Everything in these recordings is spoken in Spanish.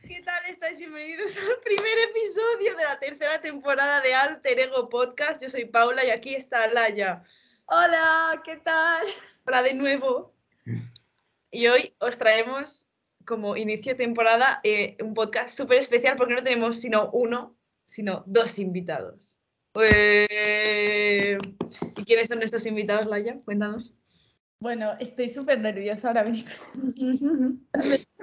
¿Qué tal estáis? Bienvenidos al primer episodio de la tercera temporada de Alter Ego Podcast. Yo soy Paula y aquí está Laia. Hola, ¿qué tal? Hola de nuevo. Y hoy os traemos, como inicio de temporada, eh, un podcast súper especial porque no tenemos sino uno, sino dos invitados. Eh, ¿Y quiénes son estos invitados, Laia? Cuéntanos. Bueno, estoy súper nerviosa ahora mismo.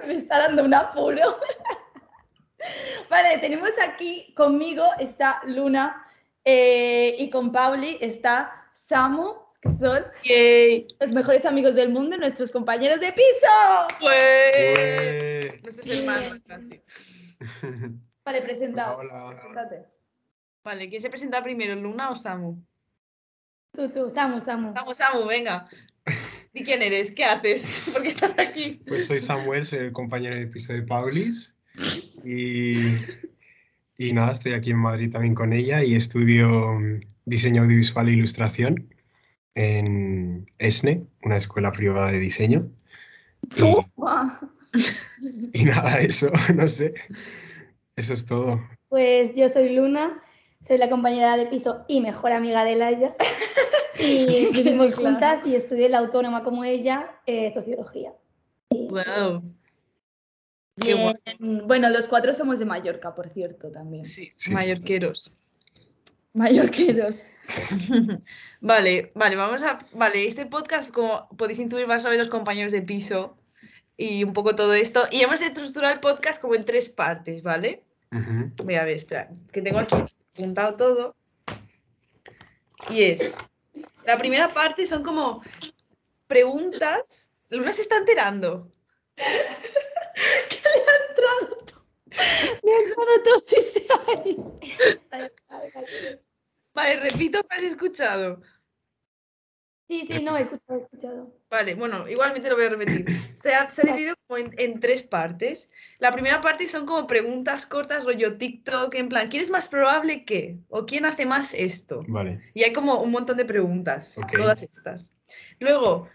Me está dando un apuro. Vale, tenemos aquí conmigo está Luna eh, y con Pauli está Samu, que son Yay. los mejores amigos del mundo, nuestros compañeros de piso. Pues... Ué. Nuestros hermanos, casi. Pues, Vale, presentaos. Hola, hola. Preséntate. Vale, ¿quién se presenta primero, Luna o Samu? Tú, tú, Samu, Samu. Samu, Samu, venga. ¿Y quién eres? ¿Qué haces? ¿Por qué estás aquí? Pues soy Samuel, soy el compañero de piso de Paulis y, y nada, estoy aquí en Madrid también con ella y estudio mm, diseño audiovisual e ilustración en ESNE, una escuela privada de diseño. Tú. Y nada, eso, no sé. Eso es todo. Pues yo soy Luna, soy la compañera de piso y mejor amiga de Laia. Y vivimos Claro. juntas y estudié en la autónoma como ella, eh, sociología. Wow. Qué Bien. Bueno, los cuatro somos de Mallorca, por cierto, también. Sí, Sí. mallorqueros. Mallorqueros. Vale, vale, vamos a. Vale, este podcast, como podéis intuir, va sobre los compañeros de piso y un poco todo esto. Y hemos estructurado el podcast como en tres partes, ¿vale? Ujú. Voy a ver, espera, que tengo aquí apuntado todo. Y es. La primera parte son como preguntas. Luna se está enterando. Mi hermano tosis. Vale, repito, ¿me has escuchado? Sí, sí, no, he escuchado, he escuchado. Vale, bueno, igualmente lo voy a repetir. Se ha, se ha dividido como en, en tres partes. La primera parte son como preguntas cortas, rollo TikTok, en plan, ¿quién es más probable que? ¿O quién hace más esto? Vale. Y hay como un montón de preguntas, Ok. todas estas. Luego,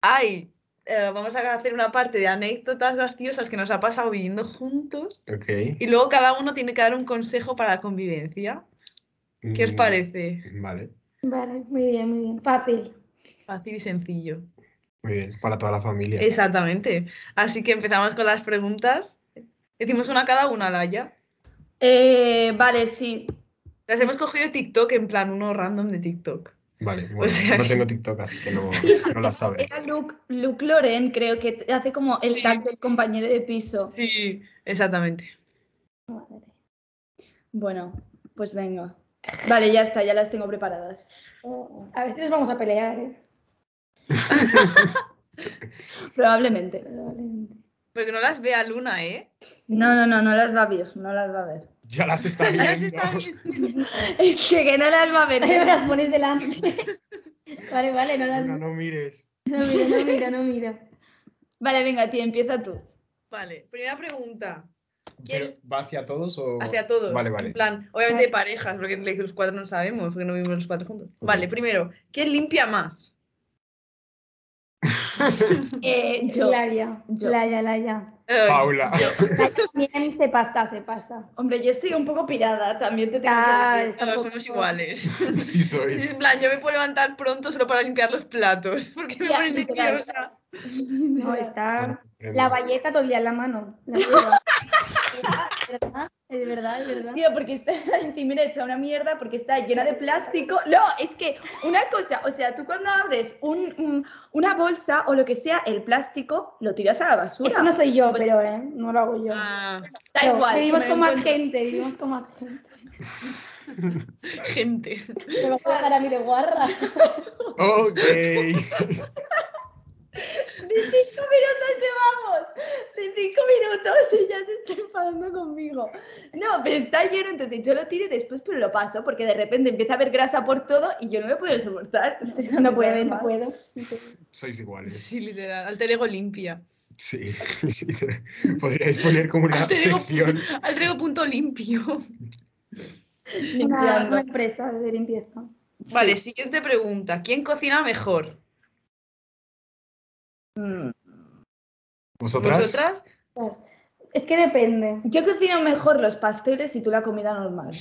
hay, eh, vamos a hacer una parte de anécdotas graciosas que nos ha pasado viviendo juntos. Ok. Y luego cada uno tiene que dar un consejo para la convivencia. ¿Qué os Mm, parece? Vale. Vale, muy bien, muy bien. Fácil. Fácil y sencillo. Muy bien. Para toda la familia. Exactamente. Así que empezamos con las preguntas. Decimos una cada una, Laia. Eh, vale, sí. Las hemos cogido de TikTok, en plan uno random de TikTok. Vale. Bueno, sea no que- tengo TikTok, así que no, no la sabré. Era Luke, Luke Loren, creo que te- hace como el Sí. tag del compañero de piso. Sí, exactamente. Bueno, pues venga. Vale, ya está, ya las tengo preparadas. Oh, a ver si nos vamos a pelear, ¿eh? Probablemente. Probablemente. Porque no las vea Luna, ¿eh? No, no, no, no las va a ver, no las va a ver. Ya las está viendo. Ya se está viendo. Es que, que no las va a ver. Ahí me las pones delante. Vale, vale, no las... Luna, No no mires. miro, no miro, no miro. Vale, venga, tía, empieza tú. Vale, primera pregunta. Pero, ¿Va hacia todos o...? Hacia todos. Vale, vale. En plan, obviamente de parejas, porque los cuatro no sabemos, porque no vivimos los cuatro juntos. Ok. Vale, primero, ¿quién limpia más? Eh, yo. Laia, yo. Laia, Laia. Eh, Paula. yo. Bien, se pasa, se pasa. Hombre, yo estoy un poco pirada, también te tengo Ah, que decir. Todos tampoco- somos iguales. sí Es sois. en plan, yo me puedo levantar pronto solo para limpiar los platos, porque me Ya, pones literal. nerviosa. No, está... La bayeta todo el día en la mano. La verdad, es verdad, es verdad. Tío, porque está la encimera hecha una mierda, porque está llena de plástico. No, es que una cosa, o sea, tú cuando abres un- un- una bolsa o lo que sea, el plástico lo tiras a la basura. Eso no soy yo, Pues- pero ¿eh? no lo hago yo. Ah, da Pero igual. que Vivimos me con más encuentro- gente, vivimos con más gente. gente. Me vas a dejar a mí de guarra. Ok. De cinco minutos llevamos. De cinco minutos y ya se está enfadando conmigo. No, pero está lleno, entonces yo lo tiro y después pero lo paso, porque de repente empieza a haber grasa por todo y yo no lo puedo soportar. O sea, No me puedo, sabe no mal. puedo. Sois iguales. Sí, literal. Alter ego limpia. Sí. Podríais poner como una Alter ego, sección. alter ego punto limpio. Una, Limpiando. una empresa de limpieza. Sí. Vale, siguiente pregunta. ¿Quién cocina mejor? Mm. ¿Vosotras? ¿Vosotras? Pues, Es que depende. Yo cocino mejor los pasteles y tú la comida normal.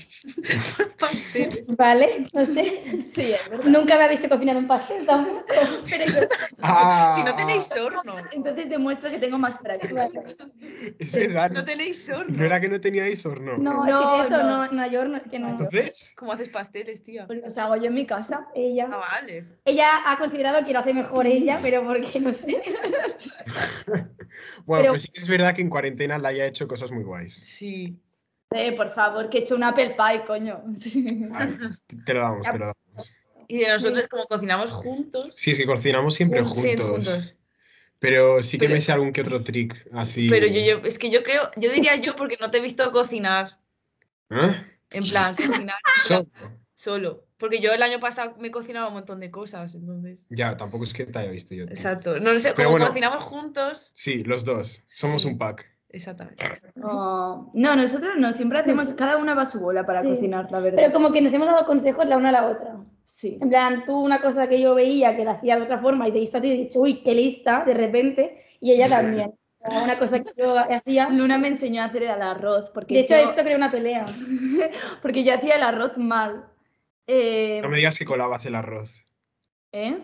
Pasteles. ¿Vale? No sé. Sí, es verdad. Nunca me habéis visto cocinar un pastel tampoco. Pero yo- Ah. Si no tenéis horno. entonces demuestra que tengo más práctica. Vale. Es verdad. No tenéis horno. ¿No era que no teníais horno? No, No, es que eso no. no, no, yo no, que no. Entonces, ¿Cómo haces pasteles, tía? Pues Pues Los hago yo en mi casa. Ella. Ah, vale. Ella ha considerado que lo hace mejor ella, pero porque no sé. bueno, Pero- pues sí que es verdad que en cuarentena la haya hecho cosas muy guays. Sí. Eh, por favor, que he hecho un apple pie, coño. Sí. A ver, te- te lo damos, te lo damos. Y de nosotros, como cocinamos juntos. Sí, es que cocinamos siempre Sí, juntos. juntos. Pero sí que Pero- me sé algún que otro trick así. Pero yo, yo, es que yo creo, yo diría yo porque no te he visto cocinar. ¿Eh? En plan, cocinar Eso- solo. Porque yo el año pasado me cocinaba un montón de cosas, entonces. Ya, tampoco es que te haya visto yo. Exacto. No sé, Pero como bueno. cocinamos juntos. Sí, los dos. Somos Sí. un pack. Exactamente. No, Oh. no, nosotros no, siempre hacemos, cada una va a su bola para Sí. cocinar, la verdad. Pero como que nos hemos dado consejos la una a la otra. Sí. En plan, tú una cosa que yo veía que la hacía de otra forma y te he visto a ti y he dicho, uy, qué lista, de repente, y ella también. O sea, Una cosa que yo hacía. Luna me enseñó a hacer el arroz, porque, De hecho, Mm, yo, esto creó una pelea. porque yo hacía el arroz mal. Eh, No me digas que colabas el arroz. ¿eh?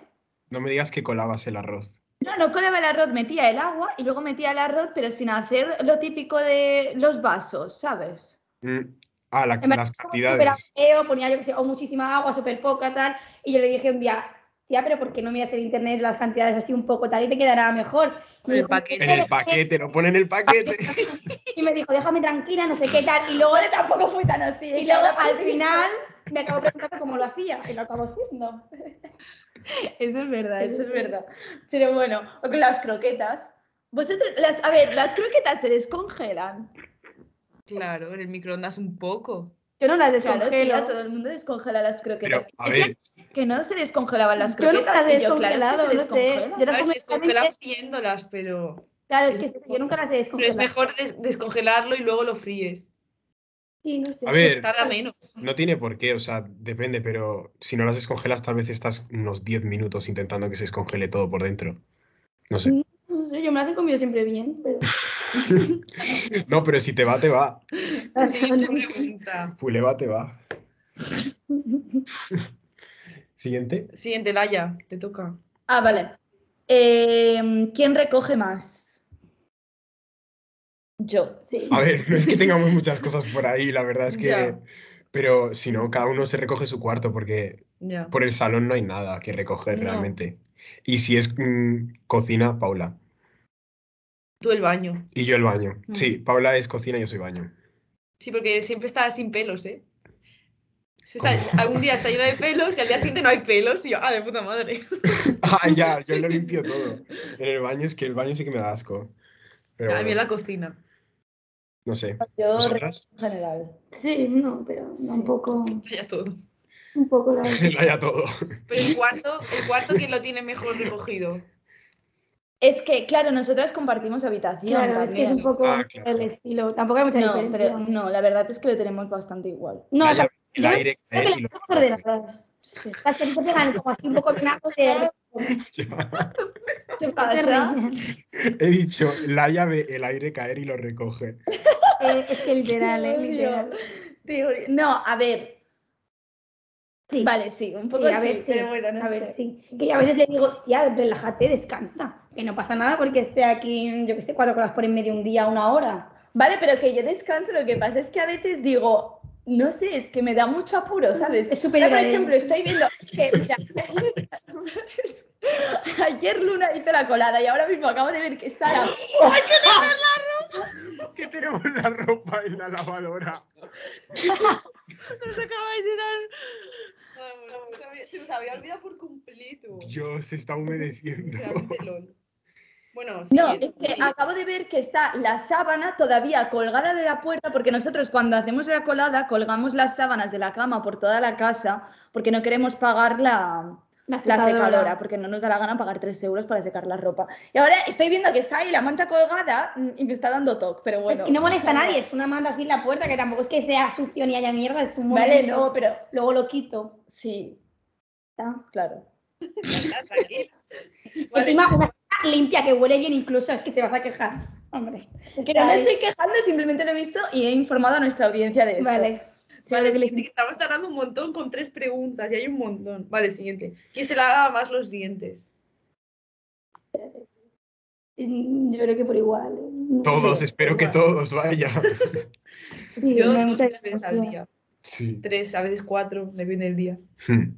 No me digas que colabas el arroz. No, no colaba el arroz, metía el agua y luego metía el arroz, pero sin hacer lo típico de los vasos, ¿sabes? Mm. Ah, la- En verdad, las como súper cantidades. feo, ponía yo que sé, o muchísima agua, súper poca, tal. Y yo le dije un día, tía, pero ¿por qué no miras en internet las cantidades así un poco, tal? Y te quedará mejor. Con el Y dijo, paquete. En el paquete, lo pone en el paquete. Y me dijo, déjame tranquila, no sé qué tal. Y luego, Bueno, tampoco fue tan así. y luego al final me acabó preguntando cómo lo hacía. Y lo acabo haciendo. Eso es verdad, eso es verdad. Pero bueno, o con las croquetas. Vosotros, las, a ver, las croquetas se descongelan. Claro, en el microondas un poco. Yo no las Claro, descongelo. tía, todo el mundo descongela las Pero, croquetas. a ver, Que no se descongelaban las Yo nunca croquetas. las he y yo, claro, es que se descongelado, no sé. descongelan. Yo A no ver, como- se descongelamos friéndolas, pero, Claro, es que es eso, yo nunca las he pero es descongelado. mejor des- descongelarlo y luego lo fríes. Sí, no sé. a ver, Tarda menos. no tiene por qué, o sea, depende, pero si no las descongelas, tal vez estás unos 10 minutos intentando que se descongele todo por dentro. No sé. No sé, yo me las he comido siempre bien, pero... No, pero si te va, te va. Siguiente pregunta. Puleva te va. Siguiente. Siguiente, Laia, te toca. Ah, vale. Eh, ¿Quién recoge más? Yo. Sí. A ver, no es que tengamos muchas cosas por ahí, la verdad es que. Ya. Pero si no, cada uno se recoge su cuarto porque Ya. por el salón no hay nada que recoger No. realmente. Y si es mm, cocina, Paula. Tú el baño. Y yo el baño. Mm. Sí, Paula es cocina, yo soy baño. Sí, porque siempre está sin pelos, ¿eh? Se está- ¿Cómo? algún día está llena de pelos y al día siguiente no hay pelos. Y yo, ah, de puta madre. Ah, ya, yo lo limpio todo. En el baño es que el baño sí que me da asco. Pero A mí en bueno, la cocina. no sé. Yo ¿Vosotras? recojo en general. Sí, no, pero Sí. tampoco... Ya es todo. Un poco la... Laia todo. Pero el cuarto, el cuarto que lo tiene mejor recogido. Es que, claro, nosotras compartimos habitación Claro, es que también. es un poco Ah, claro. el estilo. Tampoco hay mucha No, diferencia. pero no, la verdad es que lo tenemos bastante igual. No, Laia, tampoco- el yo aire creo que cae eh, y las lo tenemos ordenadas. Sí. Las que se pegan como así un poco bien algo de... ¿Qué pasa? He dicho, Laia ve el aire caer y lo recoge. Eh, es que literal, eh, Qué odio. literal. Te odio. No, a ver. Sí. Vale, sí, un poco Sí, a sí, ver, sí, pero bueno, no a sé. ver, sí. Que yo a veces le digo, tía, relájate, descansa. Que no pasa nada porque esté aquí, yo qué sé, cuatro horas por en medio, un día, una hora. Vale, pero que yo descanso, lo que pasa es que a veces digo, no sé, es que me da mucho apuro, ¿sabes? Es súper Ahora, por ejemplo, agradable. estoy viendo que, mira, ayer Luna hizo la colada y ahora mismo acabo de ver que está la... Que tenemos la ropa en la lavadora. Nos acabáis de dar. Vamos, se había- se nos había olvidado por completo. Dios, se está humedeciendo. Realmente lol. Bueno, No, siguiente. es que acabo de ver que está la sábana todavía colgada de la puerta porque nosotros cuando hacemos la colada colgamos las sábanas de la cama por toda la casa porque no queremos pagar la, La la secadora, porque no nos da la gana pagar 3 euros para secar la ropa. Y ahora estoy viendo que está ahí la manta colgada mm, y me está dando toque, pero bueno. Es que no molesta a nadie, es una manta así en la puerta que tampoco es que sea sucio ni haya mierda, es un Vale, momento. no, pero Luego lo quito. sí, ya está. claro. Tranquila. Vale, Encima, una, limpia, que huele bien, incluso es que te vas a quejar. Hombre, Que no me está ahí. estoy quejando, simplemente lo he visto y he informado a nuestra audiencia de esto. Vale. Vale, Sí, sí, sí, que estamos tardando un montón con tres preguntas y hay un montón. Vale, siguiente. ¿Quién se lava más los dientes? Mm, Yo creo que por igual. ¿eh? Todos, Sí, espero que igual. todos, vaya. Sí, Yo no, dos muchas veces al gracias. día. Sí. Tres, a veces cuatro, depende del día. Hmm.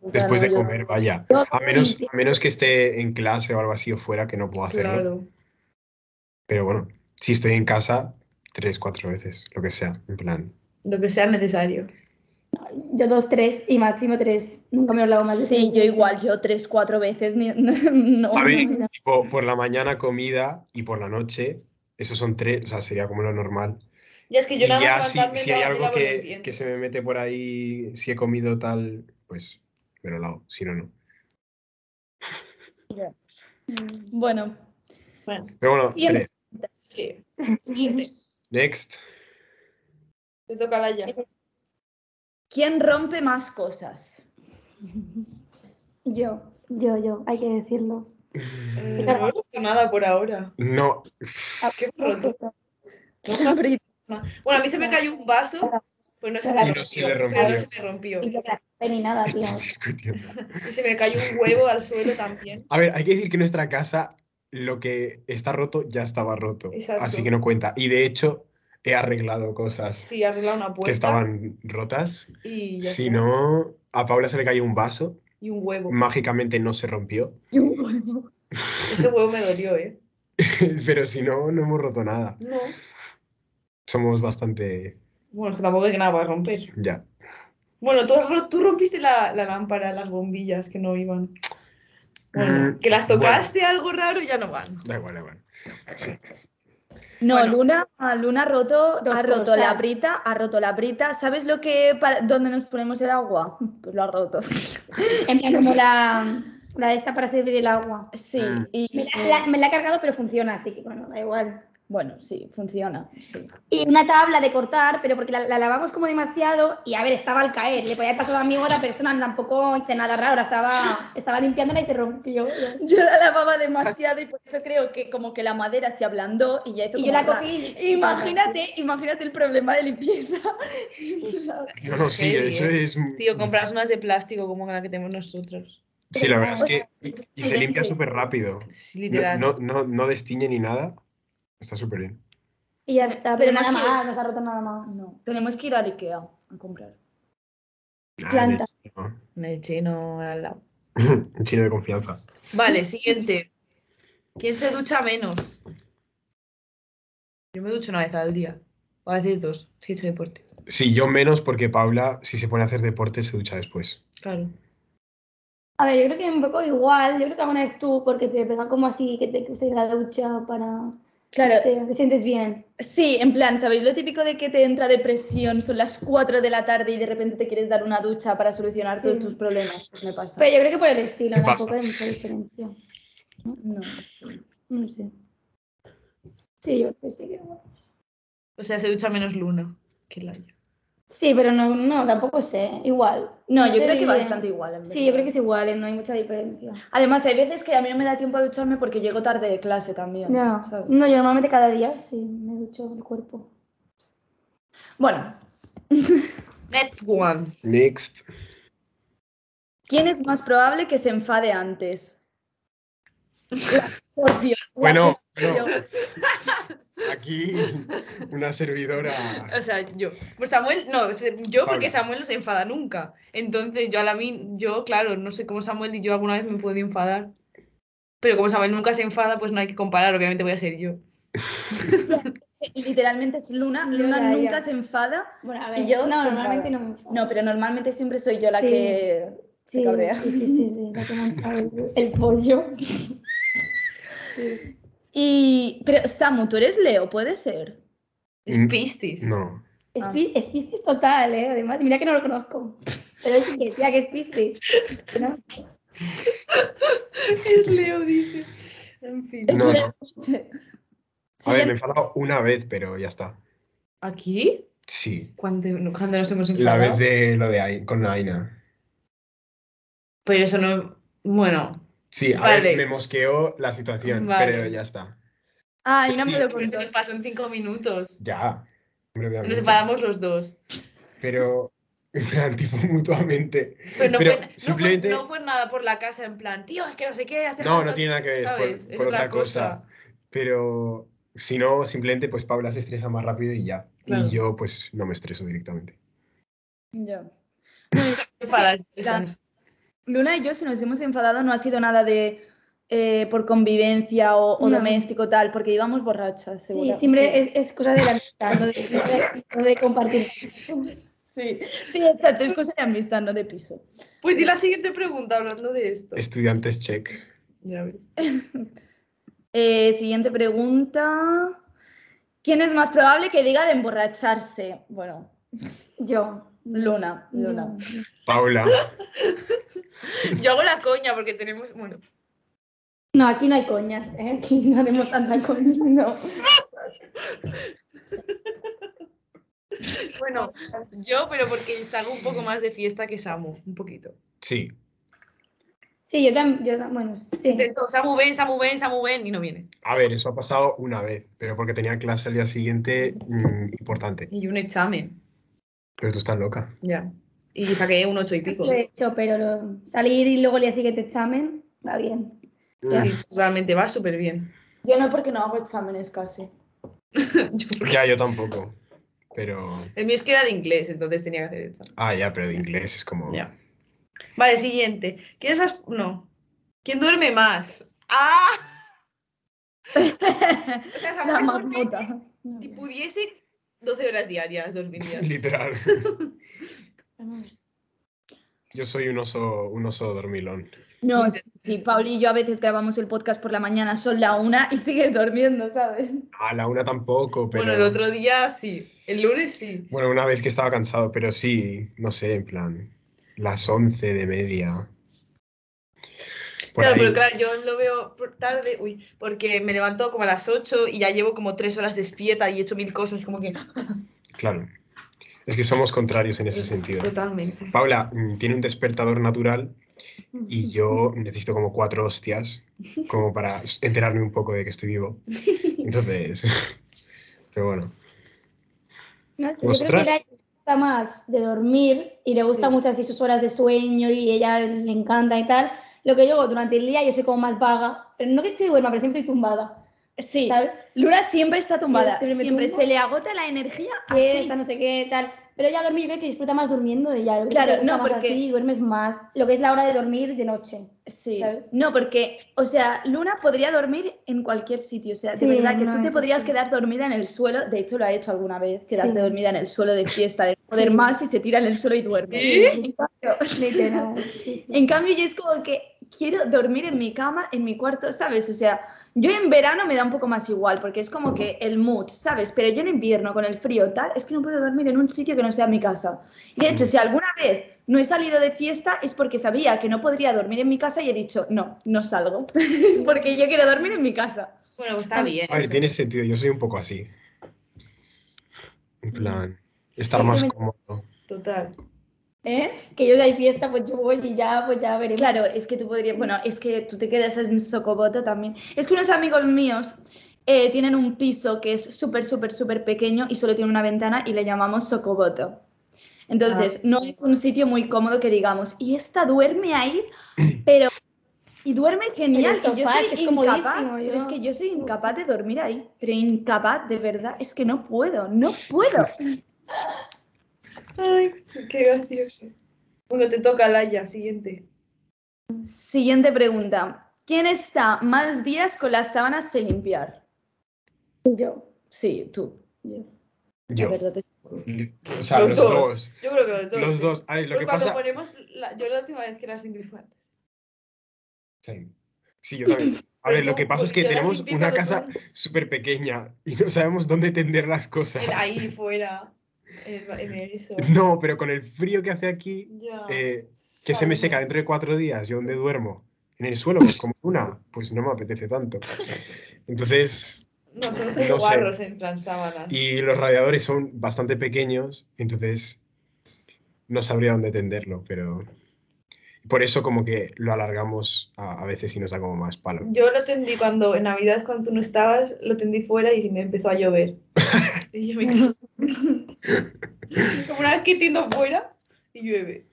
Después de Claro, yo- comer, vaya. Yo- A menos, sí. a menos que esté en clase o algo así o fuera, que no puedo hacerlo. Claro. Pero bueno, si estoy en casa, tres, cuatro veces, lo que sea, en plan. Lo que sea necesario. Yo dos, tres y máximo tres. Nunca me he hablado más de Sí, yo igual, yo tres, cuatro veces. ni- no. A ver, tipo, por la mañana comida y por la noche, esos son tres, o sea, sería como lo normal. Y es que Y yo nada ya más si, levantarme si hay me algo lavo los que, dientes. que se me mete por ahí, si he comido tal, pues me lo lavo, si no, no. Bueno, Bueno, Pero bueno, Siguiente. tres. sí. Siguiente. Next. Te toca la ya. ¿quién rompe más cosas? Yo, yo, yo, hay que decirlo. Mm, No ha roto nada por ahora. No, Qué roto. Bueno, a mí se me cayó un vaso, pues no se me Y rompió. no se le Pero no rompió. se me rompió. Y yo, claro, ni nada, tío. estoy discutiendo. Y se me cayó un huevo al suelo también. A ver, hay que decir que en nuestra casa lo que está roto ya estaba roto, Exacto. así que no cuenta. Y de hecho, he arreglado cosas Sí, arreglaba una puerta. que estaban rotas. Y ya Si está. no, a Paula se le cayó un vaso, Y un huevo. mágicamente no se rompió, Ese huevo me dolió, ¿eh? pero si no, no hemos roto nada. No. Somos bastante... Bueno, es que tampoco hay nada para romper. Ya. Bueno, tú, has ro- tú rompiste la, la lámpara, las bombillas que no iban. Bueno, Mm, que las tocaste algo raro y ya no van. Da igual, da igual. No, Bueno. Luna, ah, Luna ha roto, Dos ha roto la cosas. brita, ha roto la brita. ¿Sabes lo que para, dónde nos ponemos el agua? Pues lo ha roto. En plan, como la, la de esta para servir el agua. Sí, Mm. y eh, Me la, la- me la he cargado, pero funciona, así que bueno, da igual. bueno, sí, funciona. sí. Y una tabla de cortar, pero porque la, la lavamos como demasiado y a ver, estaba al caer. Le podía haber pasado a mi otra persona, tampoco hice nada raro, la estaba, estaba limpiándola y se rompió. Yo la lavaba demasiado y por eso creo que como que la madera se ablandó y ya hizo Y yo como la ra- cogí. y- Imagínate, imagínate el problema de limpieza. No, no, sí, Heavy, eso ¿eh? es... Tío, compras unas de plástico como la que tenemos nosotros. Sí, la verdad es que... Y, y se Sí, limpia sí. súper rápido. Sí, No, literal. no, no, no destiñe ni nada. Está súper bien. Y ya está, pero Tenemos nada que- más, no se ha roto nada más. No, tenemos que ir a Ikea a comprar. Ah, Planta. de chino. En el chino al lado. Un chino de confianza. Vale, siguiente. ¿Quién se ducha menos? Yo me ducho una vez al día. O a veces dos, si he hecho deporte. Sí, yo menos porque Paula, si se pone a hacer deporte, se ducha después. Claro. A ver, yo creo que un poco igual, yo creo que alguna vez tú, porque te pegan como así, que te cruzas la ducha para... Claro, no sé, te sientes bien. Sí, en plan, ¿sabéis lo típico de que te entra depresión? Son las 4 de la tarde y de repente te quieres dar una ducha para solucionar Sí. todos tus problemas. Pues me pasa. Pero yo creo que por el estilo, ¿Qué tampoco pasa? hay mucha diferencia. No, sí. No sé. Sí, yo creo que sí. que igual. O sea, se ducha menos Luna que la Sí, pero no, no, tampoco sé, igual. no yo te creo que va diría. bastante igual. en Sí, yo creo verdad. que es igual, eh, no hay mucha diferencia. Además, hay veces que a mí no me da tiempo a ducharme porque llego tarde de clase también. No, ¿sabes? no, yo normalmente cada día sí me ducho el cuerpo. Bueno, Next one. Next. ¿quién es más probable que se enfade antes? Por Dios. Bueno, Yo. bueno, aquí una servidora. O sea, yo. Pues Samuel, no, se- yo porque Pablo. Samuel no se enfada nunca. Entonces, yo a la mí, yo, claro, no sé cómo Samuel y yo alguna vez me puedo enfadar. Pero como Samuel nunca se enfada, pues no hay que comparar, obviamente voy a ser yo. Literalmente es Luna. Yo Luna la- yo. nunca se enfada. Bueno, a Y ver, yo no, se normalmente enfada. no me enfado. No, pero normalmente siempre soy yo la Sí. que se Sí, cabrea. sí, sí, sí, sí, la que monta el, el pollo. Sí. Y, pero Samu, tú eres Leo, puede ser. Es Mm, Piscis. No. Es, Ah. pi- es piscis total, ¿eh? Además, mira que no lo conozco. Pero es que decía que es piscis. ¿no? Es Leo, dice. En fin. No, no. A ver, me he Siguiente- enfadado una vez, pero ya está. ¿Aquí? Sí. ¿Cuándo, cuándo nos hemos La vez enfadado? de lo de Ai- con Aina. Pero eso no. Bueno, Sí, a Vale. ver, me mosqueó la situación, Vale. pero ya está. Ay, no Sí, me lo Pero se cuento. nos pasó en cinco minutos. Ya. Hombre, obviamente. Nos separamos los dos. Pero en plan, tipo mutuamente. Pero, no, Pero fue, no fue- simplemente- no fue nada por la casa en plan, tío, es que no sé qué, has dejado No, no esto-". tiene nada que ver, es por- Este ¿Sabes? por, Es otra cosa. Pero si no, simplemente pues Paula se estresa más rápido y ya. Claro. Y yo pues no me estreso directamente. Ya. Para Ya. Luna y yo, si nos hemos enfadado, no ha sido nada de eh, por convivencia o, o No. doméstico tal, porque íbamos borrachas, Sí, seguro. siempre Es, es cosa de la amistad, no de, no de- no de compartir. Sí, sí, exacto, es cosa de amistad, no de piso. Pues di la siguiente pregunta hablando de esto. Estudiantes check. Ya ves. Eh, siguiente pregunta. ¿Quién es más probable que diga de emborracharse? Bueno, Yo. Luna, Luna. Paula. Yo hago la coña porque tenemos. Bueno, No, aquí no hay coñas, ¿eh? Aquí no haremos tanta coña. No. bueno, yo, pero porque salgo un poco más de fiesta que Samu, un poquito. Sí. Sí, yo también, bueno, sí. Intento, Samu ven, Samu ven, Samu ven, y no viene. A ver, eso ha pasado una vez, pero porque tenía clase al día siguiente mm, importante. Y un examen, Pero tú estás loca. ya. Y saqué un ocho y pico. Lo he hecho, pero lo- salir y luego el día siguiente examen, va bien. Sí, realmente va súper bien. Yo no, porque no hago exámenes casi. Ya, yo tampoco. Pero. El mío es que era de inglés, entonces tenía que hacer el examen. Ah, ya, pero de inglés es como. Ya. Vale, siguiente. ¿Quién es más.? No. ¿Quién duerme más? ¡Ah! O sea, Samu La que duerme- marmota. Si pudiese, 12 horas diarias dormiría. Literal. Yo soy un oso, un oso dormilón. No, sí, Pauli y yo a veces grabamos el podcast por la mañana, son la una y sigues durmiendo, ¿sabes? A la una tampoco, pero. Bueno, el otro día sí. El lunes sí. Bueno, una vez que estaba cansado, pero sí, no sé, en plan, las 11 de media. Por claro, ahí. pero claro, yo lo veo por tarde, uy, porque me levanto como a las 8 y ya llevo como 3 horas despierta y he hecho mil cosas, como que. Claro. Es que somos contrarios en Eh, ese sentido. Totalmente. Paula mm, tiene un despertador natural y yo necesito como cuatro hostias como para enterarme un poco de que estoy vivo. Entonces, pero bueno, No, yo creo ¿Vosotras? que a ella le gusta más de dormir y le gusta Sí. mucho así sus horas de sueño y ella le encanta y tal. Lo que yo durante el día yo soy como más vaga, pero no que esté duerma, pero siempre estoy tumbada, Sí, ¿sabes? Luna siempre está tumbada, Siempre me siempre tumbo. se le agota la energía. así. Siesta, no sé qué, tal. Pero ella dormir yo creo que disfruta más durmiendo ella. yo creo que Claro, te gusta no, más a porque- ti, duermes más. Lo que es la hora de dormir de noche. Sí. ¿Sabes? No, porque, o sea, Luna podría dormir en cualquier sitio. O sea, de Sí, verdad que no, tú te eso podrías sí. quedar dormida en el suelo. De hecho, lo ha hecho alguna vez, quedarte Sí. dormida en el suelo de fiesta, de no poder Sí. más y se tira en el suelo y duerme. ¿Sí? En, cambio, Literal, sí, sí. en cambio, yo es como que quiero dormir en mi cama, en mi cuarto, ¿sabes? O sea, yo en verano me da un poco más igual, porque es como que el mood, ¿sabes? Pero yo en invierno, con el frío tal, es que no puedo dormir en un sitio que no sea mi casa. Y de hecho, si alguna vez no he salido de fiesta es porque sabía que no podría dormir en mi casa y he dicho, no, no salgo. porque yo quiero dormir en mi casa. Bueno, pues está bien. a ver, tiene sentido, yo soy un poco así. En plan, estar Sí, más me- cómodo. Total. ¿Eh? que yo ya hay fiesta, pues yo voy y ya, pues ya veremos. Claro, es que tú podrías, bueno, es que tú te quedas en Socoboto también. Es que unos amigos míos eh, tienen un piso que es súper, súper, súper pequeño y solo tiene una ventana y le llamamos Socoboto. Ah. Entonces, no es un sitio muy cómodo que digamos, y esta duerme ahí, pero... Y duerme genial, En el y yo sofá, soy que es incapaz, comodísimo, pero yo- es que yo soy incapaz de dormir ahí, pero incapaz, de verdad, es que no puedo, no puedo. Ay, qué gracioso. Bueno, te toca Laia, siguiente. Siguiente pregunta, ¿quién está más días con las sábanas sin limpiar? Yo. Sí, tú. Yo. La verdad es- O sea, los, dos. Yo creo que los dos. Los sí. dos. Ay, lo Porque que cuando pasa. ponemos. la- Yo la última vez que las limpié fue antes. Sí. Sí, yo también. A Pero ver, lo tú, que pasa es porque que yo las tenemos limpié una cuando casa tú- súper pequeña y no sabemos dónde tender las cosas. en- Ahí fuera. En, en eso. No, pero con el frío que hace aquí, Ya. eh, que se me Sabemos. seca dentro de cuatro días, yo donde duermo, en el suelo, pues, como una, pues no me apetece tanto. Entonces, No, tenemos No sé. guarros en plan sábanas. y los radiadores son bastante pequeños, entonces no sabría dónde tenderlo, pero... por eso como que lo alargamos a, a veces y nos da como más palo. Yo lo tendí cuando en Navidad, cuando tú no estabas, lo tendí fuera y me empezó a llover. Y yo me cago. Como una vez que tiendo fuera y llueve.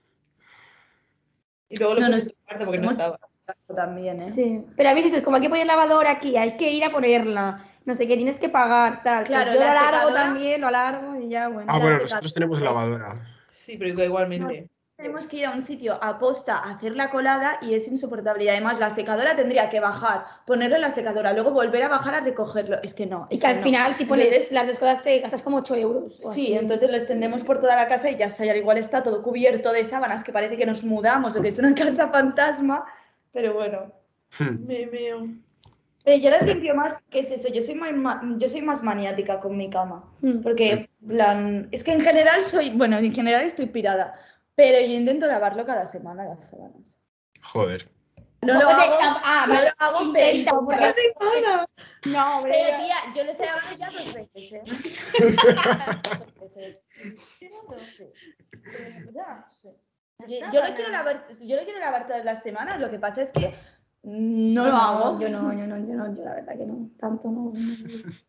Y luego lo No, puse no, en sí. su parte porque no Hemos- estaba. También, ¿eh? Sí, pero a veces es como hay que poner lavadora aquí, hay que ir a ponerla, no sé qué, tienes que pagar, tal. Pues Claro, yo la lo alargo secadora- también, lo alargo y ya, bueno. Ah, la bueno, secadora. nosotros tenemos lavadora. Sí, pero igualmente. Tenemos que ir a un sitio aposta a hacer la colada y es insoportable. Y además la secadora tendría que bajar, ponerlo en la secadora, luego volver a bajar a recogerlo. Es que no. Y es que al no. final, pues si pones Entonces- las dos cosas, te gastas como 8 euros. o Sí, así. entonces lo extendemos por toda la casa y ya está, ya igual está todo cubierto de sábanas que parece que nos mudamos o que es una casa fantasma, pero bueno. Hmm. Me meo. Pero yo las limpio más, ¿qué es eso? Yo soy, muy ma- yo soy más maniática con mi cama. Mm. Porque, en plan, es que en general soy, bueno, en general estoy pirada, pero yo intento lavarlo cada semana, las sábanas. Joder. No Oye, lo hago, la- ah, no vale, lo hago, intenta, pero- porque- Hola. No, hombre, Pero tía, yo les he lavado ya dos veces, ¿eh? Dos veces. No sé. De verdad, sí. Yo, yo lo quiero lavar, yo lo quiero lavar todas las semanas, lo que pasa es que no lo hago. Yo no, yo no, yo no, yo la verdad que no, tanto no.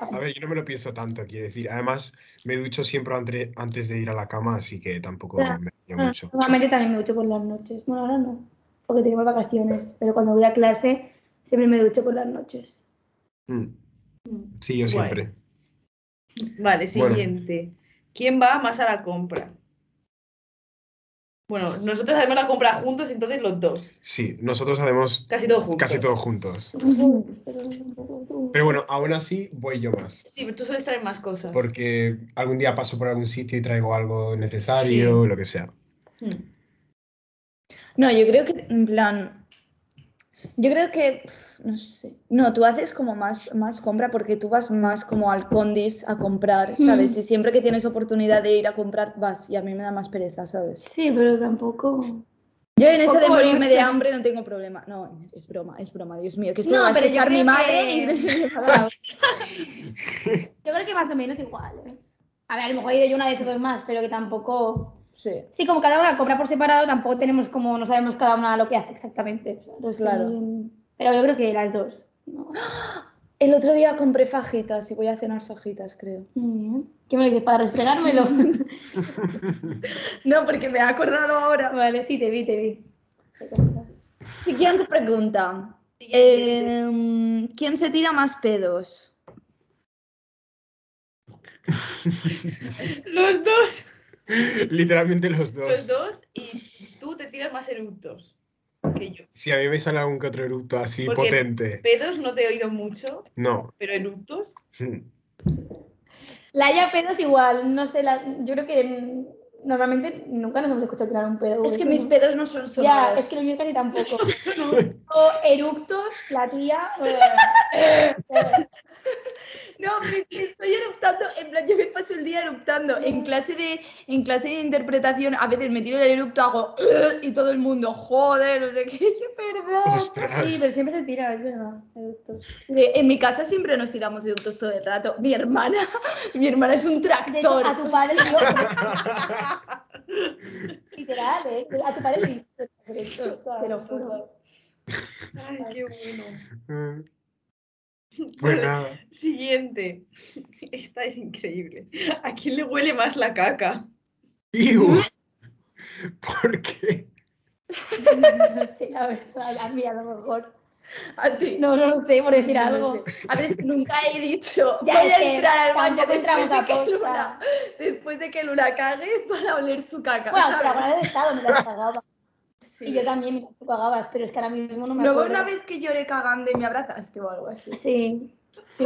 A ver, yo no me lo pienso tanto, quiero decir. Además, me ducho siempre antre- antes de ir a la cama, así que tampoco Ya. me daña Ah, mucho. Normalmente también me ducho por las noches. Bueno, ahora no, porque tenemos vacaciones, pero cuando voy a clase siempre me ducho por las noches. Hmm. Mm. Sí, yo Guay. siempre. Vale, Bueno. siguiente. ¿Quién va más a la compra? Bueno, nosotros hacemos la compra juntos, entonces los dos. Sí, nosotros hacemos Casi todos juntos. Pues. casi todo juntos. Pero Pero bueno, aún así voy yo más. Sí, pero tú sueles traer más cosas. Porque algún día paso por algún sitio y traigo algo necesario, lo que sea. Hmm. No, yo creo que, en plan, yo creo que, pf, no sé, no, tú haces como más, más compra porque tú vas más como al condis a comprar, ¿sabes? Mm. Y siempre que tienes oportunidad de ir a comprar, vas y a mí me da más pereza, ¿sabes? Sí, pero tampoco. Yo en eso de Poco morirme de vergüenza. hambre no tengo problema. No, es broma, es broma, Dios mío, que esto No, lo va a pero yo escuchar mi creo madre que- y me va a dar- Yo creo que más o menos igual. ¿eh? A ver, a lo mejor he ido yo una vez o dos más, pero que tampoco. Sí. Sí, como cada una compra por separado, tampoco tenemos como, no sabemos cada una lo que hace exactamente. No sé Claro. bien. Pero yo creo que las dos. ¿no? El otro día compré fajitas y voy a cenar fajitas, creo. Muy bien. ¿Qué me lo dices? Para restregármelo. No, porque me he acordado ahora. vale, sí, te vi, te vi. Siguiente pregunta. Siguiente. Em, ¿Quién se tira más pedos? Los dos. Literalmente los dos. Los dos y tú te tiras más eructos que yo. Si a mí me sale algún que otro eructo así Porque- potente. Pedos no te he oído mucho, No. pero eructos. Hmm. Laia, pedos igual. No sé, la- yo creo que mm, normalmente nunca nos hemos escuchado tirar un pedo. Es que eso mis no. pedos no son sonoros. Ya, es que el mío casi tampoco. o eructos, la tía. eh, No, me, me estoy eruptando, en plan, yo me paso el día eruptando. En clase de, en clase de interpretación, a veces me tiro el erupto, hago y todo el mundo, joder, no sé qué, yo perdón. Ostras. Sí, pero siempre se tira, es verdad. Eructos. De- En mi casa siempre nos tiramos eructos todo el rato. Mi hermana, mi hermana es un De hecho, tractor. a tu padre, tío. literal, ¿eh? A tu padre le diste eructos, te lo juro. Ay, qué bueno. Eh, Pues nada. Siguiente. Esta es increíble. ¿A quién le huele más la caca? Iu. ¿Por qué? No sé, la verdad, a mí a lo mejor. A ti. No, no lo sé, por decir No lo algo. sé. A ver, es que nunca he dicho. Ya, voy es a que entrar al baño tampoco después entramos de, a que posta. Luna, después de que Luna cague para oler su caca. Bueno, ¿sabes? pero alguna vez he estado, me las pagaba. Pues, Sí. Y yo también me las pagabas, pero es que ahora mismo no me ¿No acuerdo. fue una vez que lloré cagando y me abrazaste o algo así? Sí. Sí,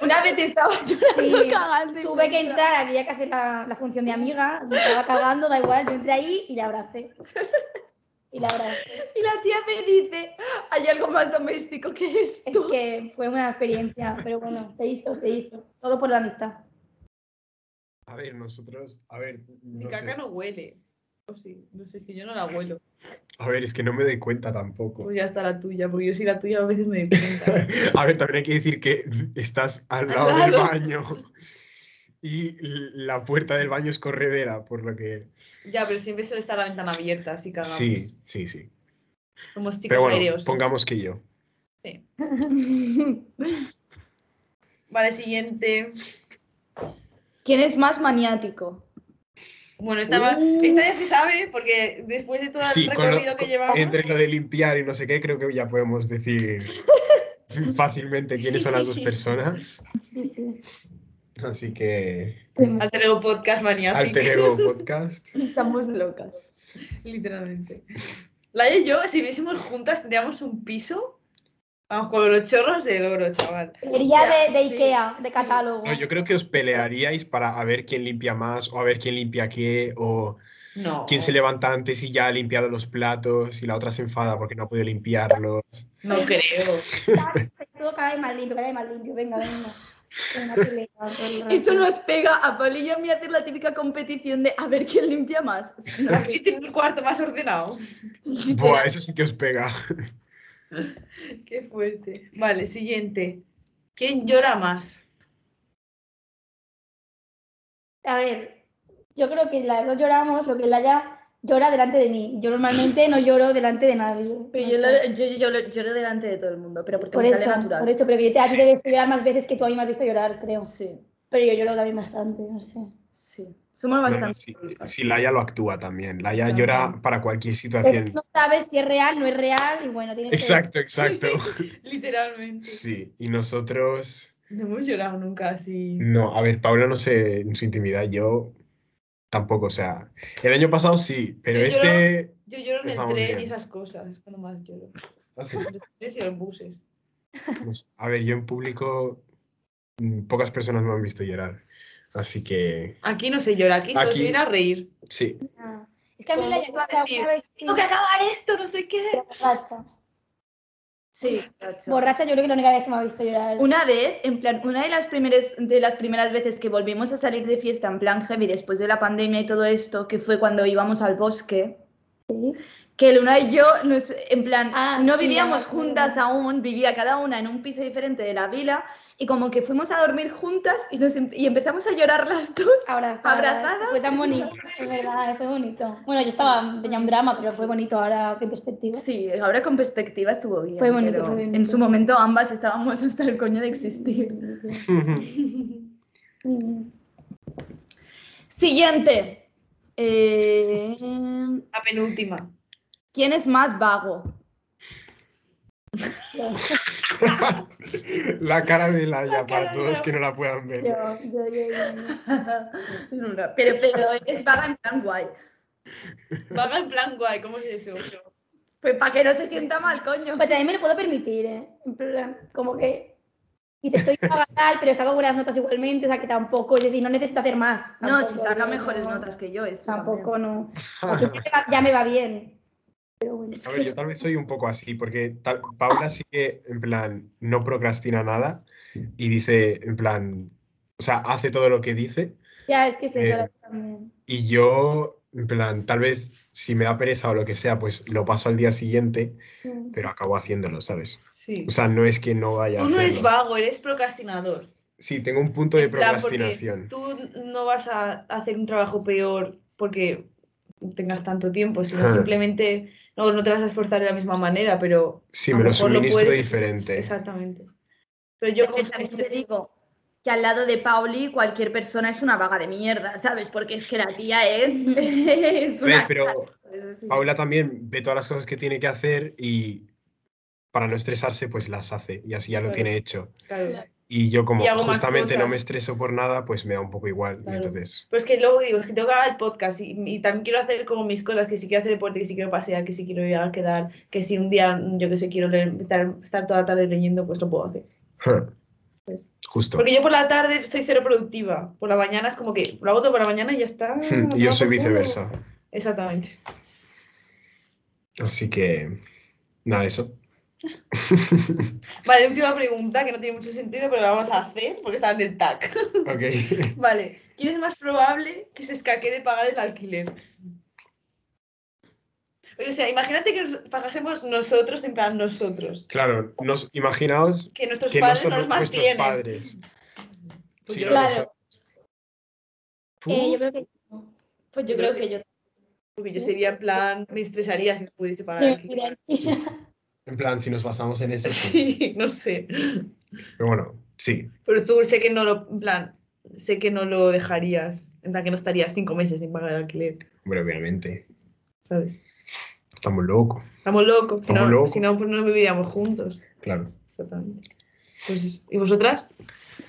Una vez estaba llorando Sí. cagando y Tuve que entrar, había que hacer la, la función de amiga, me estaba cagando, da igual, yo entré ahí y la abracé. Y la abracé. Y la tía me dice, hay algo más doméstico que Es esto. que fue una experiencia, pero bueno, se hizo, se hizo. Todo por la amistad. A ver, nosotros. A ver. Mi No caca sé. no huele. O sí, no sé, es que yo no la huelo. A ver, es que no me doy cuenta tampoco. Pues ya está la tuya, porque yo sí la tuya a veces me doy cuenta. A ver, también hay que decir que estás al Al lado del lado. baño. y la puerta del baño es corredera, por lo que... Ya, pero siempre suele estar la ventana abierta, así cagamos. Sí, sí, sí. Somos chicos Pero bueno, aireosos. pongamos que yo. Vale, siguiente. ¿Quién es más maniático? Bueno, esta, va- Uh. esta ya se sabe, porque después de todo el Sí, con lo- recorrido que con- llevamos. entre lo de limpiar y no sé qué, creo que ya podemos decir fácilmente quiénes son las dos personas. Sí, sí. Así que Alter ego podcast maniático. Alter Ego Podcast. Estamos locas. Literalmente. Laia y yo, si viésemos juntas, tendríamos un piso. Vamos, con los chorros del oro, chaval. Sería de, de sí, Ikea, de sí. catálogo. No, yo creo que os pelearíais para a ver quién limpia más o a ver quién limpia qué o No. quién se levanta antes y ya ha limpiado los platos y la otra se enfada porque no ha podido limpiarlo. No creo. Todo cada vez más limpio, cada vez más limpio. Venga, venga. Una pelea, todo el rato. Eso nos pega a Pablo y a mí a hacer la típica competición de a ver quién limpia más. No, Y tengo el cuarto más ordenado. Buah, eso sí que os pega. Qué fuerte. Vale, siguiente. ¿Quién llora más? A ver, yo creo que las dos lloramos, lo que Laia llora delante de mí. Yo normalmente no lloro delante de nadie. pero No yo, sé. lo- yo, yo lo- lloro delante de todo el mundo, pero porque por me eso, sale natural. por eso, pero yo te, a ti Sí. te he visto llorar más veces que tú a mí me has visto llorar, creo. Sí, Pero yo lloro también bastante, no sé. sí. Somos No, no, bastante. sí, locas. sí, Laia lo actúa también. Laia También. llora para cualquier Pero situación. no sabes si es real, no es real, y bueno, tienes Exacto, exacto. Literalmente. Sí, y nosotros... No hemos llorado nunca así. No, a ver, Pablo no sé en su intimidad, yo tampoco, o sea, el año pasado sí, pero Yo este... Yo lloro en el Estamos tren bien. y esas cosas, es cuando más lloro. no sé, En Los trenes y los buses. no sé. A ver, yo en público mm, pocas personas me han visto llorar, así que Aquí no se llora, aquí, solo Aquí- se viene a reír. sí, que... Ah, Es que a mí ¿Cómo Laia te va a o sea, decir? una vez sí, Tengo que acabar esto, no sé qué. borracha. Sí, borracha. Borracha yo creo que es la única vez que me ha visto llorar. Una vez, en plan, una de las, primeras, de las primeras veces que volvimos a salir de fiesta en plan heavy después de la pandemia y todo esto, que fue cuando íbamos al bosque, Sí. que Luna y yo, nos- en plan, Ah, no sí, vivíamos ya me acuerdo. juntas aún, vivía cada una en un piso diferente de la vila, y como que fuimos a dormir juntas y, nos, em- y empezamos a llorar las dos. Ahora, Abrazadas. Fue tan bonito, es verdad, fue bonito. Bueno, yo estaba, tenía un drama, pero fue bonito ahora, en perspectiva. Sí, ahora con perspectiva estuvo bien. Fue bonito, pero fue bonito. En su momento ambas estábamos hasta el coño de existir. Siguiente. Eh, La penúltima. ¿Quién es más vago? Yo, la cara de Laia La para cara de todos Laia. que no la puedan ver. yo, yo, yo, yo. Luna, pero, pero es vaga en plan guay. Vaga en plan guay, ¿cómo es eso? Pues para que no se sienta mal, coño. Pues también me lo puedo permitir, ¿eh? En plan, como que. Y te estoy tal, pero saco buenas notas igualmente, o sea que tampoco, es decir, no necesito hacer más. No, tampoco, si saca no, mejores no, notas que yo, eso. Tampoco, no. Porque ya, me va, ya me va bien. Pero bueno. también. A ver, yo tal vez soy un poco así, porque tal, Paula sí que, en plan, no procrastina nada y dice, en plan, o sea, hace todo lo que dice. Ya es que se Eh, sola también. Y yo, en plan, tal vez si me da pereza o lo que sea, pues lo paso al día siguiente, Mm. pero acabo haciéndolo, ¿sabes? Sí. O sea, no es que no vaya a Tú no eres hacerlo. vago, eres procrastinador. Sí, tengo un punto de En plan, porque procrastinación. Tú no vas a hacer un trabajo peor porque tengas tanto tiempo, sino Ah. simplemente no, no te vas a esforzar de la misma manera, pero Sí, a me lo mejor lo suministro puedes- diferente. exactamente. Pero yo como este, Pero también te digo que al lado de Pauli cualquier persona es una vaga de mierda, ¿sabes? Porque es que la tía es, es A ver, una... pero Eso sí. Paula también ve todas las cosas que tiene que hacer y para no estresarse, pues las hace y así ya lo Claro. tiene hecho. claro. Claro. Y yo como Y hago más justamente no cosas. me estreso por nada, pues me da un poco igual. y Claro. entonces, Pero es que luego digo, es que tengo que grabar el podcast y, y también quiero hacer como mis cosas, que si quiero hacer deporte, que si quiero pasear, que si quiero ir a quedar, que si un día, yo que sé, quiero leer- estar, estar toda la tarde leyendo, pues lo puedo hacer. Pues- justo. Porque yo por la tarde soy cero productiva, por la mañana es como que lo hago todo por la mañana y ya está. Y yo soy Vamos, viceversa. Exactamente. Así que, nada, eso. Vale, última pregunta que no tiene mucho sentido, pero la vamos a hacer porque está en el TAC. ok. Vale, ¿quién es más probable que se escaquee de pagar el alquiler? Oye, O sea, imagínate que nos pagásemos nosotros en plan nosotros. Claro, nos, imaginaos Que nuestros que no padres son no nos nuestros mantienen. padres. Pues Sí, yo- no lo Claro. son. Eh, yo creo que Pues yo creo que yo. Porque yo sería en plan, me estresaría si no pudiese parar sí, aquí. mira, En plan, si nos basamos en eso. sí. Sí, no sé. Pero bueno, sí. Pero tú sé que no lo, en plan, sé que no lo dejarías, en plan que no estarías cinco meses sin pagar el alquiler, Hombre, obviamente. ¿sabes? Estamos locos. Estamos locos, si no, Estamos locos. si no, pues no viviríamos juntos. Claro. Totalmente. Pues, eso. ¿Y vosotras?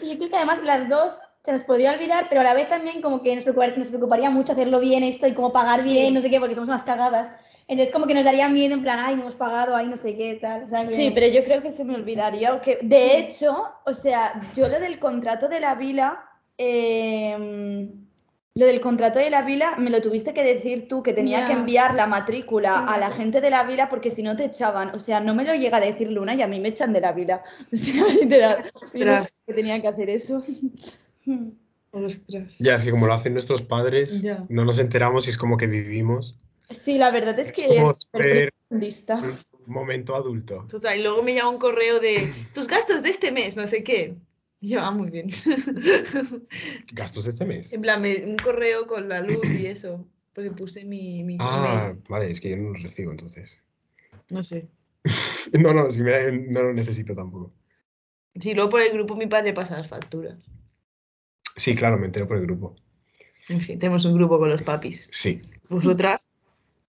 yo creo que además las dos se nos podría olvidar, pero a la vez también como que nos, preocupar- nos preocuparía mucho hacerlo bien esto y cómo pagar Sí. bien, no sé qué, porque somos unas cagadas. Entonces como que nos daría miedo en plan, ay, no hemos pagado, ay, no sé qué, tal. o sea, que- Sí, pero yo creo que se me olvidaría. o que- de hecho, o sea, yo lo del contrato de la vila. eh, lo del contrato de la vila me lo tuviste que decir tú, que tenía Ya. que enviar la matrícula Sí. a la gente de la vila porque si no te echaban. O sea, no me lo llega a decir Luna y a mí me echan de la vila. O sea, literal. Yo no sabía Ostras. que tenía que hacer eso. Hmm. Ostras. Ya, es que como lo hacen nuestros padres, Ya. no nos enteramos y es como que vivimos Sí, la verdad es que Como es ser- profundista. un momento adulto. Total, y luego me llega un correo de tus gastos de este mes, no sé qué. Y Yo, ah, muy bien. ¿Gastos de este mes? en plan, me- un correo con la luz y eso, porque puse mi, mi Ah, email. vale, es que yo no los recibo entonces. No sé. No, no, si me- no lo necesito tampoco. Sí, luego por el grupo mi padre pasa las facturas. Sí, claro, me entero por el grupo. En fin, tenemos un grupo con los papis. Sí. ¿Vosotras?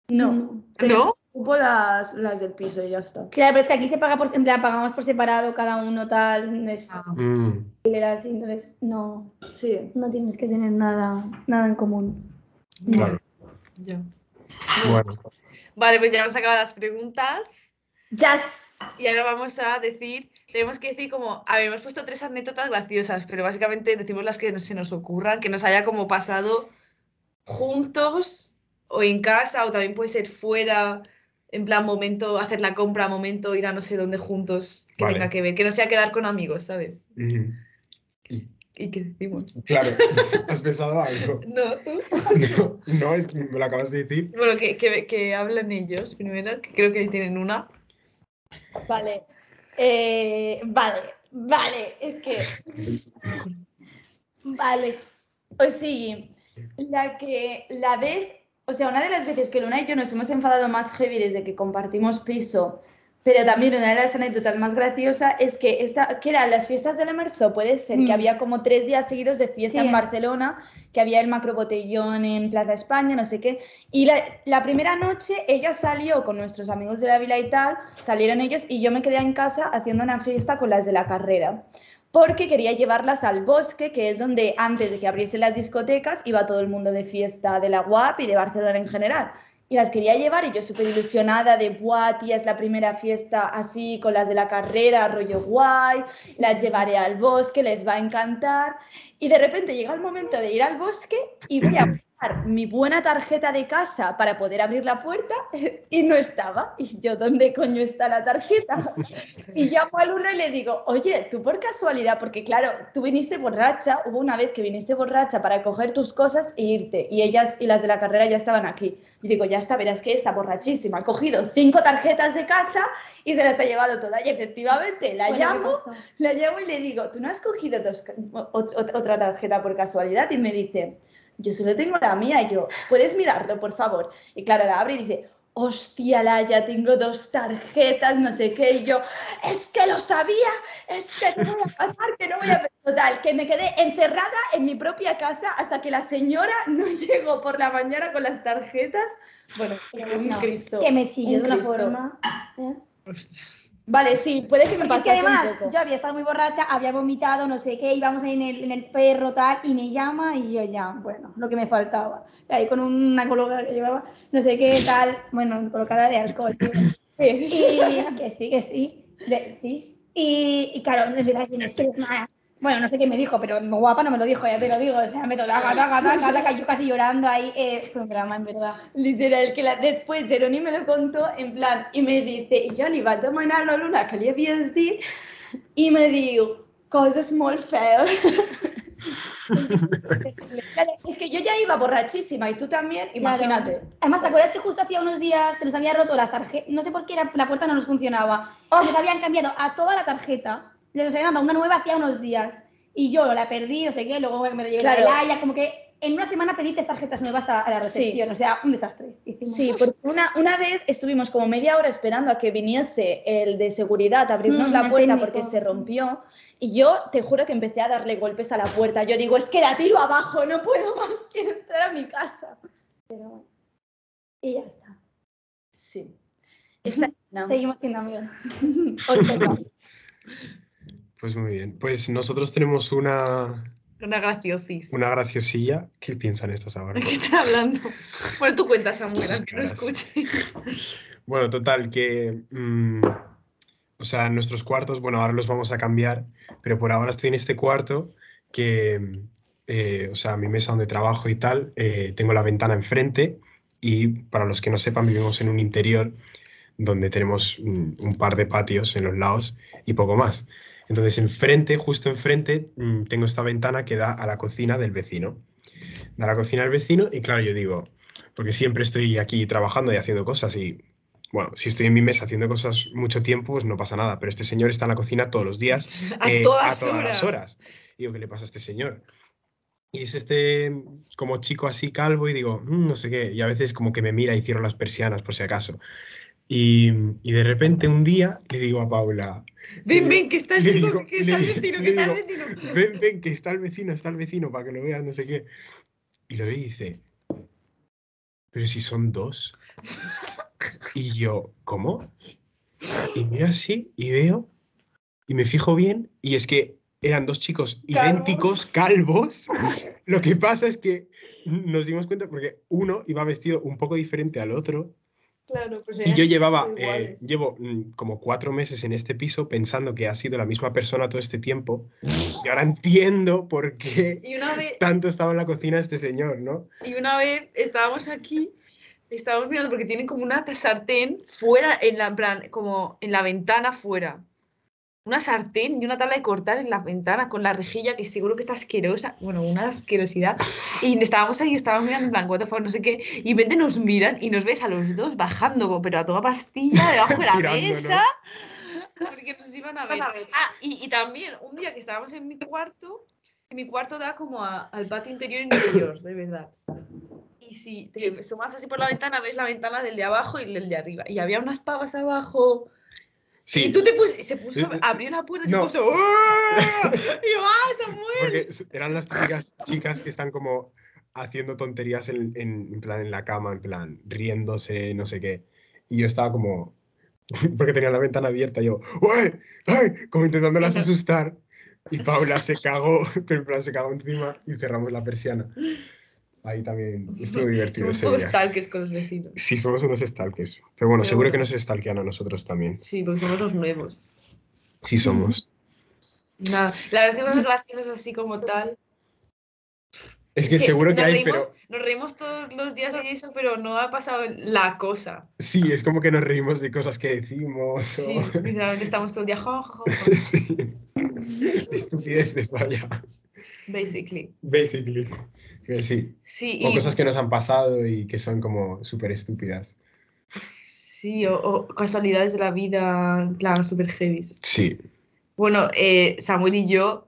No, ¿No? ocupo las, las del piso y ya está. Claro, pero es que aquí se paga por, en plan, pagamos por separado cada uno, tal, no es Ah. Mm, alquileras, entonces no, Sí. no tienes que tener nada, nada en común. claro. Ya. Bueno, Vale, pues ya hemos acabado las preguntas. ¡Yes! Y ahora vamos a decir, tenemos que decir como, a ver, hemos puesto tres anécdotas graciosas, pero básicamente decimos las que no se nos ocurran, que nos haya como pasado juntos o en casa, o también puede ser fuera, en plan momento, hacer la compra, momento, ir a no sé dónde juntos, que Vale. tenga que ver, que no sea quedar con amigos, ¿sabes? mm, ¿Y qué decimos? claro, ¿has pensado algo? No, tú. No, no, es que me lo acabas de decir. Bueno, que, que, que hablan ellos primero, que creo que tienen una. Vale. Eh, vale, vale. Es que, vale. O sigui, la que la vez, o sea, una de las veces que Luna y yo nos hemos enfadado más heavy desde que compartimos piso, pero también una de las anécdotas más graciosas es que esta, que eran las fiestas del Emerso, puede ser, Mm. que había como tres días seguidos de fiesta Sí. en Barcelona, que había el macrobotellón en Plaza España, no sé qué, Y la, la primera noche ella salió con nuestros amigos de la vila y tal, salieron ellos y yo me quedé en casa haciendo una fiesta con las de la carrera, porque quería llevarlas al bosque, que es donde antes de que abriesen las discotecas iba todo el mundo de fiesta de la UAP y de Barcelona en general. Y las quería llevar y yo súper ilusionada de, guau, tía, es la primera fiesta así con las de la carrera, rollo guay, las llevaré al bosque, les va a encantar. Y de repente llega el momento de ir al bosque y voy a buscar mi buena tarjeta de casa para poder abrir la puerta y no estaba. Y yo, ¿dónde coño está la tarjeta? Y llamo a Luna y le digo, oye, tú por casualidad, porque claro, tú viniste borracha, hubo una vez que viniste borracha para coger tus cosas e irte, y ellas y las de la carrera ya estaban aquí. Y digo, ya está, verás que está borrachísima, ha cogido cinco tarjetas de casa y se las ha llevado todas. Y efectivamente, la Bueno, ¿qué llamo pasó? la llamo y le digo, ¿tú no has cogido dos ca- o- o- otra tarjeta por casualidad? Y me dice, yo solo tengo la mía. Y yo, ¿puedes mirarlo, por favor? Y claro, la abre y dice, hostia, Laia, tengo dos tarjetas, no sé qué. Y yo, es que lo sabía, es que no voy a pasar, que no voy a... Total, que me quedé encerrada en mi propia casa hasta que la señora no llegó por la mañana con las tarjetas. Bueno, pero un No, Cristo. Que me chilló un de una Cristo. forma. ¿eh? Vale, sí, puede que me Porque es pasase que un además poco. yo había estado muy borracha, había vomitado, no sé qué, íbamos en el, en el perro tal, y me llama y yo ya, bueno, lo que me faltaba. Y ahí con una colocada que llevaba, no sé qué tal, bueno, colocada de alcohol. tío. Y que sí, que sí, de- sí. Y, y claro, me decía, "No quieres nada". Bueno, no sé qué me dijo, pero no, guapa no me lo dijo, ya te lo digo. O sea, me tocaba, taca, taca, taca, yo casi llorando ahí. Eh, fue un drama, en verdad. Literal, que la, después Jeroni me lo contó en plan, y me dice, jo li vaig demanar a l'Olona que li havies dit, i me diu, coses molt fees. Claro, es que yo ya iba borrachísima y tú también, imagínate. Además, ¿te acuerdas que justo hacía unos días se nos había roto las tarjetas? No sé por qué era- la puerta no nos funcionaba. Oh. Y nos habían cambiado a toda la tarjeta. Les habían dado una nueva hacía unos días. Y yo la perdí, no sé qué, luego me la llevé Claro. a Laia, como que en una semana pediste tarjetas nuevas a, a la Sí. recepción, o sea, un desastre. hicimos. Sí, porque una, una vez estuvimos como media hora esperando a que viniese el de seguridad a abrirnos Mm, la el puerta técnico, porque se sí. rompió y yo te juro que empecé a darle golpes a la puerta. Yo digo, es que la tiro abajo, no puedo más, quiero entrar a mi casa. Y ya está. Sí. Esta es una- Seguimos siendo amigos. Os toca. Pues muy bien. Pues nosotros tenemos una, Una graciosis. una graciosilla. ¿Qué piensan estas ahora? ¿De qué están hablando? Por tu cuenta, Samuel, aunque no Caras. escuche. Eh, Bueno, total, que. mm, o sea, nuestros cuartos, bueno, ahora los vamos a cambiar, pero por ahora estoy en este cuarto que. mm, eh, o sea, mi mesa donde trabajo y tal, eh, tengo la ventana enfrente y para los que no sepan, vivimos en un interior donde tenemos mm, un par de patios en los lados y poco más. Entonces, enfrente, justo enfrente, mm, tengo esta ventana que da a la cocina del vecino. Da a la cocina del vecino y claro, yo digo, porque siempre estoy aquí trabajando y haciendo cosas y bueno, si estoy en mi mesa haciendo cosas mucho tiempo, pues no pasa nada. Pero este señor está en la cocina todos los días, A eh, todas, a todas las horas. horas. Y digo, ¿qué le pasa a este señor? Y es este como chico así calvo y digo, "Mm, no sé qué. Y a veces como que me mira y cierro las persianas por si acaso. Y, y de repente un día le digo a Paula, Ven, ven, que está el Le chico, digo- que está el le- vecino, que le está el digo, vecino. ven, ven, que está el vecino, está el vecino, para que lo veas, no sé qué. Y lo ve y dice, pero si son dos. Y yo, ¿cómo? Y miro así y veo, y me fijo bien, y es que eran dos chicos idénticos, calvos. Lo que pasa es que nos dimos cuenta porque uno iba vestido un poco diferente al otro, Claro, pues y yo llevaba, todos eh, iguales. llevo mm, como cuatro meses en este piso pensando que ha sido la misma persona todo este tiempo. Y ahora entiendo por qué Y una vez, tanto estaba en la cocina este señor, ¿no? y una vez estábamos aquí, estábamos mirando porque tienen como una sartén fuera, en la en plan, como en la ventana fuera. Una sartén y una tabla de cortar en la ventana con la rejilla que seguro que está asquerosa, bueno, una asquerosidad. Y estábamos ahí, estábamos mirando en plan, what the fuck, no sé qué, y de repente nos miran y nos ves a los dos bajando, pero a toda pastilla, debajo de la Tirándonos. mesa. Porque nos iban a ver. Ah, y, y también un día que estábamos en mi cuarto, que mi cuarto da como a- al patio interior y interior, de verdad. Y si te asomas así por la ventana, ves la ventana del de abajo y del de arriba. Y había unas pavas abajo. Y tú te pus- y se puso, Eh, eh, abrió la puerta y no. se puso. "¡Ah!". Y yo, ¡ah, Samuel! Porque s- eran las típicas chicas que están como haciendo tonterías en, en- en plan en la cama, en plan riéndose, no sé qué. Y yo estaba como, porque tenía la ventana abierta, yo, "Ué, ué", como intentándolas asustar. Y Paula se cagó, pero en plan se cagó encima y cerramos la persiana. Ahí también estuvo divertido Somos ese todos día. stalkers con los vecinos. Sí, somos unos stalkers. Pero bueno, Pero seguro bueno. que nos stalkean a nosotros también. Sí, porque somos los nuevos. Sí somos. Nada. La verdad es que unas gracias así como tal. Es que seguro que nos hay, reímos, pero Nos reímos todos los días de eso, pero no ha pasado la cosa. sí, es como que nos reímos de cosas que decimos. Sí, o- literalmente estamos todo el día, jo, jo, jo, Sí. Estupideces, vaya. basically. Basically. Que Sí. Sí, O y- cosas que nos han pasado y que son como súper estúpidas. sí o, o casualidades de la vida, en plan, super heavy. Sí. Bueno, eh, Samuel y yo,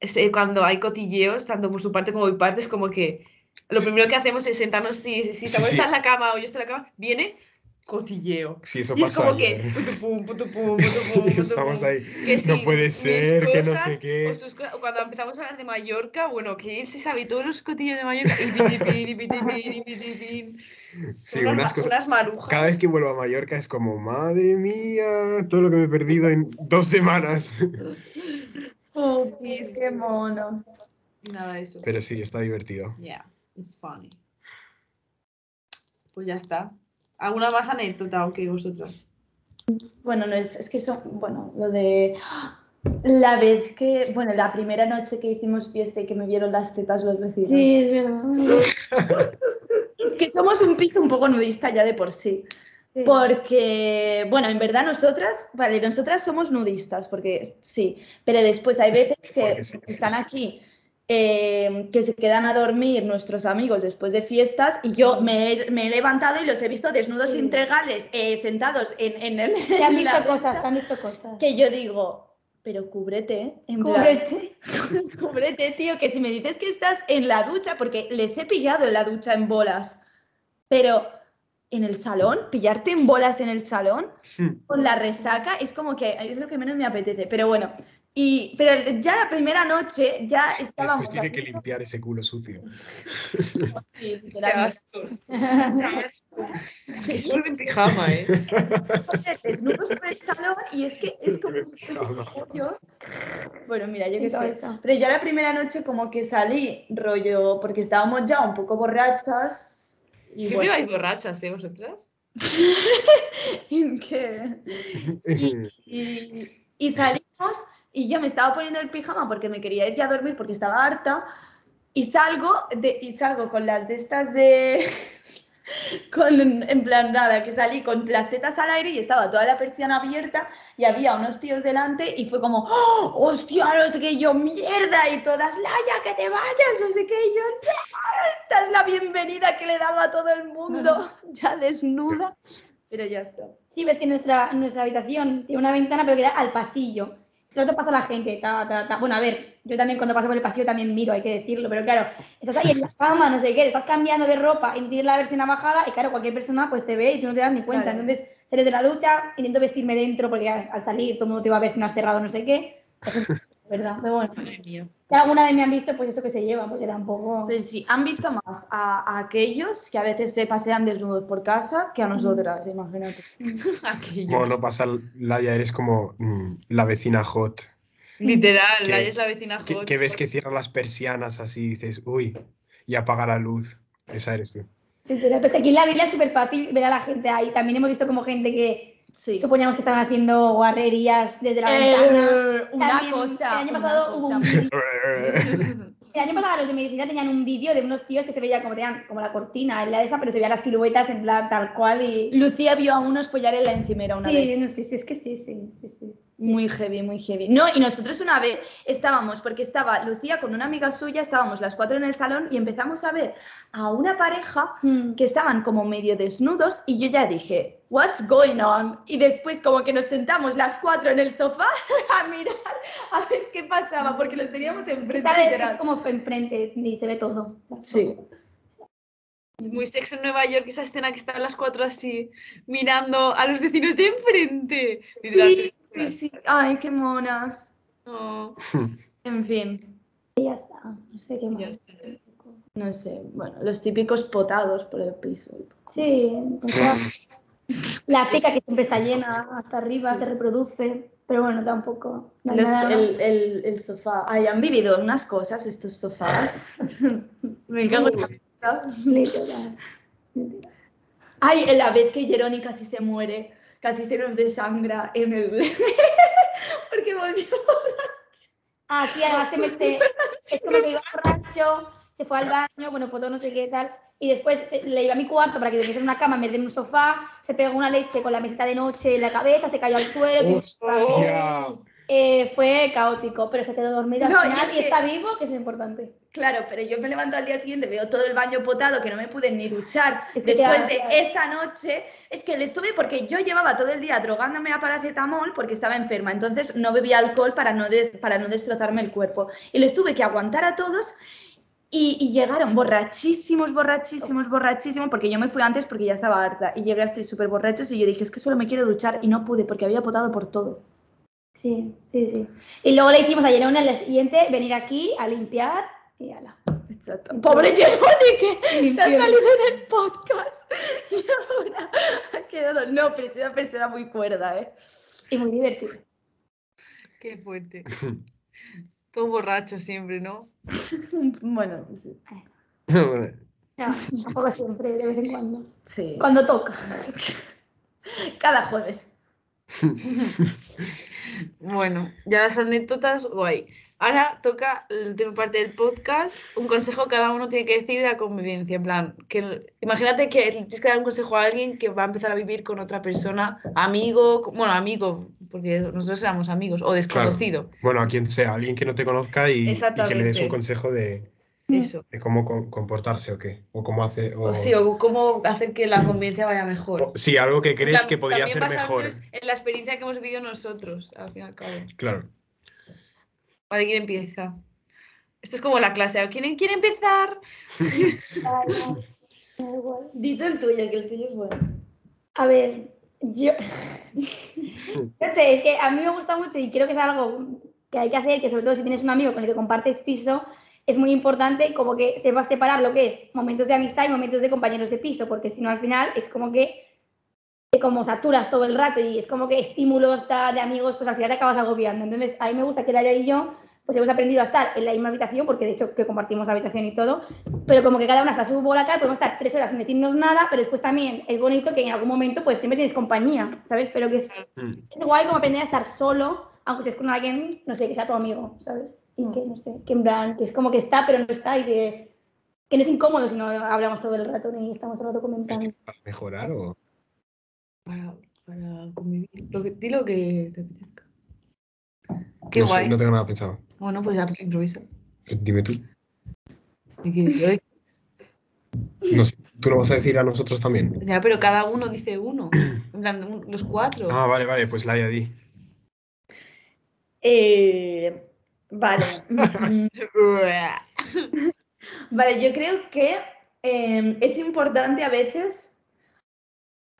es, eh, cuando hay cotilleos, tanto por su parte como por mi parte, es como que lo primero que hacemos es sentarnos, si, si- si Sí, Samuel sí. está en la cama o yo estoy en la cama, viene cotilleo. Sí, eso Y es pasó como ayer. que putupum, putupum, Sí, putupum, putupum. estamos ahí. que no si puede mis ser, que no sé cosas, qué. o sus co- o cuando empezamos a hablar de Mallorca, bueno, que él se sabe todos los cotillos de Mallorca. Y piti, piri, piti, piri, piti, piri. Sí, unas, unas ma- cosas. unas marujas. Cada vez que vuelvo a Mallorca es como, madre mía, todo lo que me he perdido en dos semanas. Putis, qué monos. Nada de eso. Pero sí, está divertido. Yeah, it's funny. Pues ya está. ¿Alguna más anécdota o qué vosotras? Bueno, no es, es que son, bueno, lo de la vez que, bueno, la primera noche que hicimos fiesta y que me vieron las tetas los vecinos. Sí, es verdad. Es que somos un piso un poco nudista ya de por sí. Sí. Porque, bueno, en verdad nosotras, vale, nosotras somos nudistas, porque sí, pero después hay veces que Porque sí. están aquí, eh, que se quedan a dormir nuestros amigos después de fiestas y yo me he, me he levantado y los he visto desnudos Sí. integrales, eh, sentados en, en el... Te han en la visto cosas, mesa, te han visto cosas. que yo digo, pero cúbrete, ¿eh? en plan, Cúbrete. cúbrete, tío, que si me dices que estás en la ducha, porque les he pillado en la ducha en bolas, pero en el salón, pillarte en bolas en el salón, Hmm. con la resaca es como que es lo que menos me apetece, pero bueno. Y, pero ya la primera noche ya estábamos. Después tiene así, que limpiar ese culo sucio. sí, Qué literalmente. asco. Es solo en pijama, ¿eh? desnudos por el salón y es que es como si fuese- Pijama. Dios. Bueno, mira, yo Sí, qué sé. cabeza. Pero ya la primera noche como que salí rollo, porque estábamos ya un poco borrachas y Siempre bueno, vais borrachas, ¿eh, vosotras? es que- y, y salimos y yo me estaba poniendo el pijama porque me quería ir ya a dormir porque estaba harta y salgo de, y salgo con las de estas de con en plan nada que salí con las tetas al aire y estaba toda la persiana abierta y había unos tíos delante y fue como ¡Oh, hostia no sé qué y yo mierda y todas Laia que te vayas no sé qué y yo "No, esta es la bienvenida que le he dado a todo el mundo ya desnuda pero ya está Sí, ves que nuestra, nuestra habitación tiene una ventana, pero que da al pasillo. Todo el rato pasa la gente. ta, ta, ta. Bueno, a ver, yo también cuando paso por el pasillo también miro, hay que decirlo, pero claro, estás ahí en la cama, no sé qué, estás cambiando de ropa y tienes la versión bajada y claro, cualquier persona pues te ve y tú no te das ni cuenta. Claro. Entonces, sales de la ducha, intento vestirme dentro porque al, al salir todo el mundo te va a ver si no has cerrado, no sé qué. Es verdad, pero bueno. Madre mía. Si alguna vez me han visto, pues eso que se lleva, porque tampoco... Pero sí, han visto más a, a aquellos que a veces se pasean desnudos por casa que a nosotras, imagínate. Aquello. Como no pasa, Laia, eres como mm, la vecina hot. Literal, Que- la es la vecina Que, hot. que ves que cierra las persianas así y dices, uy, y apaga la luz. Esa eres tú. Literal, Pues aquí en la Biblia es súper fácil ver a la gente ahí. También hemos visto como gente que Sí. Suponíamos que estaban haciendo guarrerías desde la ventana. Eh, una También, cosa. El año una pasado hubo cosa. un vídeo- El año pasado los de medicina tenían un vídeo de unos tíos que se veía como, tenían, como la cortina, en la de esa, pero se veían las siluetas en plan tal cual y. Lucía vio a unos follar en la encimera una vez. Sí, no sé, sí, es que sí, sí, sí, sí. Muy heavy, muy heavy. No, y nosotros una vez estábamos, porque estaba Lucía con una amiga suya, estábamos las cuatro en el salón y empezamos a ver a una pareja que estaban como medio desnudos y yo ya dije, what's going on? Y después como que nos sentamos las cuatro en el sofá a mirar a ver qué pasaba, porque los teníamos enfrente. Esta vez literal. es como enfrente y se ve todo. O sea, Sí. Muy sexo en Nueva York, esa escena que están las cuatro así, mirando a los vecinos de enfrente. Literal, Sí, sí, sí. Ay, qué monas. No, En fin, ah, no sé qué ya más. está. no sé. Bueno, los típicos potados por el piso. Sí, o sea, la pica que siempre está llena hasta arriba, Sí. se reproduce, pero bueno, tampoco. no hay Los- nada. el, el- el sofá. Ay, han vivido unas cosas estos sofás. Me cago en la puta. Literal, literal. Ay, en la vez que Jeroni casi se muere, casi se nos desangra en el... Porque volvió. Ah, sí, además se mete. Es como que iba borracho, se fue al baño, bueno, pues no sé qué tal. Y después se- le iba a mi cuarto para que durmiese en una cama en vez de en un sofá. Se pegó una leche con la mesita de noche en la cabeza, se cayó al suelo. ¡Hostia! Eh, fue caótico, pero se quedó dormido No, y al final es y que- está vivo, que es lo importante. Claro, pero yo me levanto al día siguiente, veo todo el baño potado, que no me pude ni duchar. Es que Después te de ahogas. esa noche, es que le estuve porque yo llevaba todo el día drogándome a paracetamol porque estaba enferma, entonces no bebía alcohol para no, des- para no destrozarme el cuerpo. Y les tuve que aguantar a todos y, y llegaron borrachísimos, borrachísimos, borrachísimos, porque yo me fui antes porque ya estaba harta y llegué estoy súper borrachos y yo dije, es que solo me quiero duchar y no pude porque había potado por todo. Sí, sí, sí. Y luego le hicimos a Jerón el día siguiente venir aquí a limpiar y ala. Exacto. Pobre Jeroni, que Ya ha Limpió. salido en el podcast y ahora ha quedado. No, pero es una persona muy cuerda, ¿eh? Y muy divertido. Qué fuerte. Todo borracho siempre, ¿no? Bueno, sí. No, tampoco siempre, de vez en cuando. Sí. Cuando toca. Cada jueves. Bueno, ya las anécdotas, guay. Ahora toca la última parte del podcast. Un consejo que cada uno tiene que decir de la convivencia. En plan, que el- imagínate que le tienes que dar un consejo a alguien que va a empezar a vivir con otra persona, amigo, co- bueno, amigo, porque nosotros éramos amigos, o desconocido. Bueno, a quien sea, alguien que no te conozca y, y que le des Exactamente. un consejo de, Eso. de cómo co- comportarse o qué. O cómo hace. O, O sí, o cómo hacer que la convivencia vaya mejor. o- sí, algo que crees Tam- que podría también hacer mejor. basándonos En la experiencia que hemos vivido nosotros, al fin y al cabo. Claro. Vale, ¿quién empieza? Esto es como la clase. ¿Quién quiere empezar? Da igual. Dito el tuyo, que el tuyo es bueno. A ver, yo. no sé, es que a mí me gusta mucho y creo que es algo que hay que hacer, que sobre todo si tienes un amigo con el que compartes piso, es muy importante como que se va a separar lo que es momentos de amistad y momentos de compañeros de piso, porque si no al final es como que te como saturas todo el rato y es como que estímulos ta- de amigos, pues al final te acabas agobiando. Entonces, a mí me gusta que Laia y yo pues hemos aprendido a estar en la misma habitación, porque de hecho que compartimos habitación y todo, pero como que cada una está a su bola tal, podemos estar tres horas sin decirnos nada, pero después también es bonito que en algún momento pues siempre tienes compañía, ¿sabes? Pero que es, Mm. es guay como aprender a estar solo, aunque estés con alguien, no sé, que sea tu amigo, ¿sabes? Y que, no sé, que en plan, que es como que está, pero no está, y que, que no es incómodo si no hablamos todo el rato ni estamos todo el rato comentando. ¿Para mejorar o...? Para, para convivir. Lo que, di lo que te apetezca. Qué no sé, guay. no tengo nada pensado. Bueno, pues ya improvisa. Dime tú. ¿Qué quieres? Yo- Mm. No sé, ¿Tú lo vas a decir a nosotros también? Ya, pero cada uno dice uno. En plan, un- los cuatro. Ah, vale, vale, pues Laia, di. Eh, vale. Vale, yo creo que eh, es importante a veces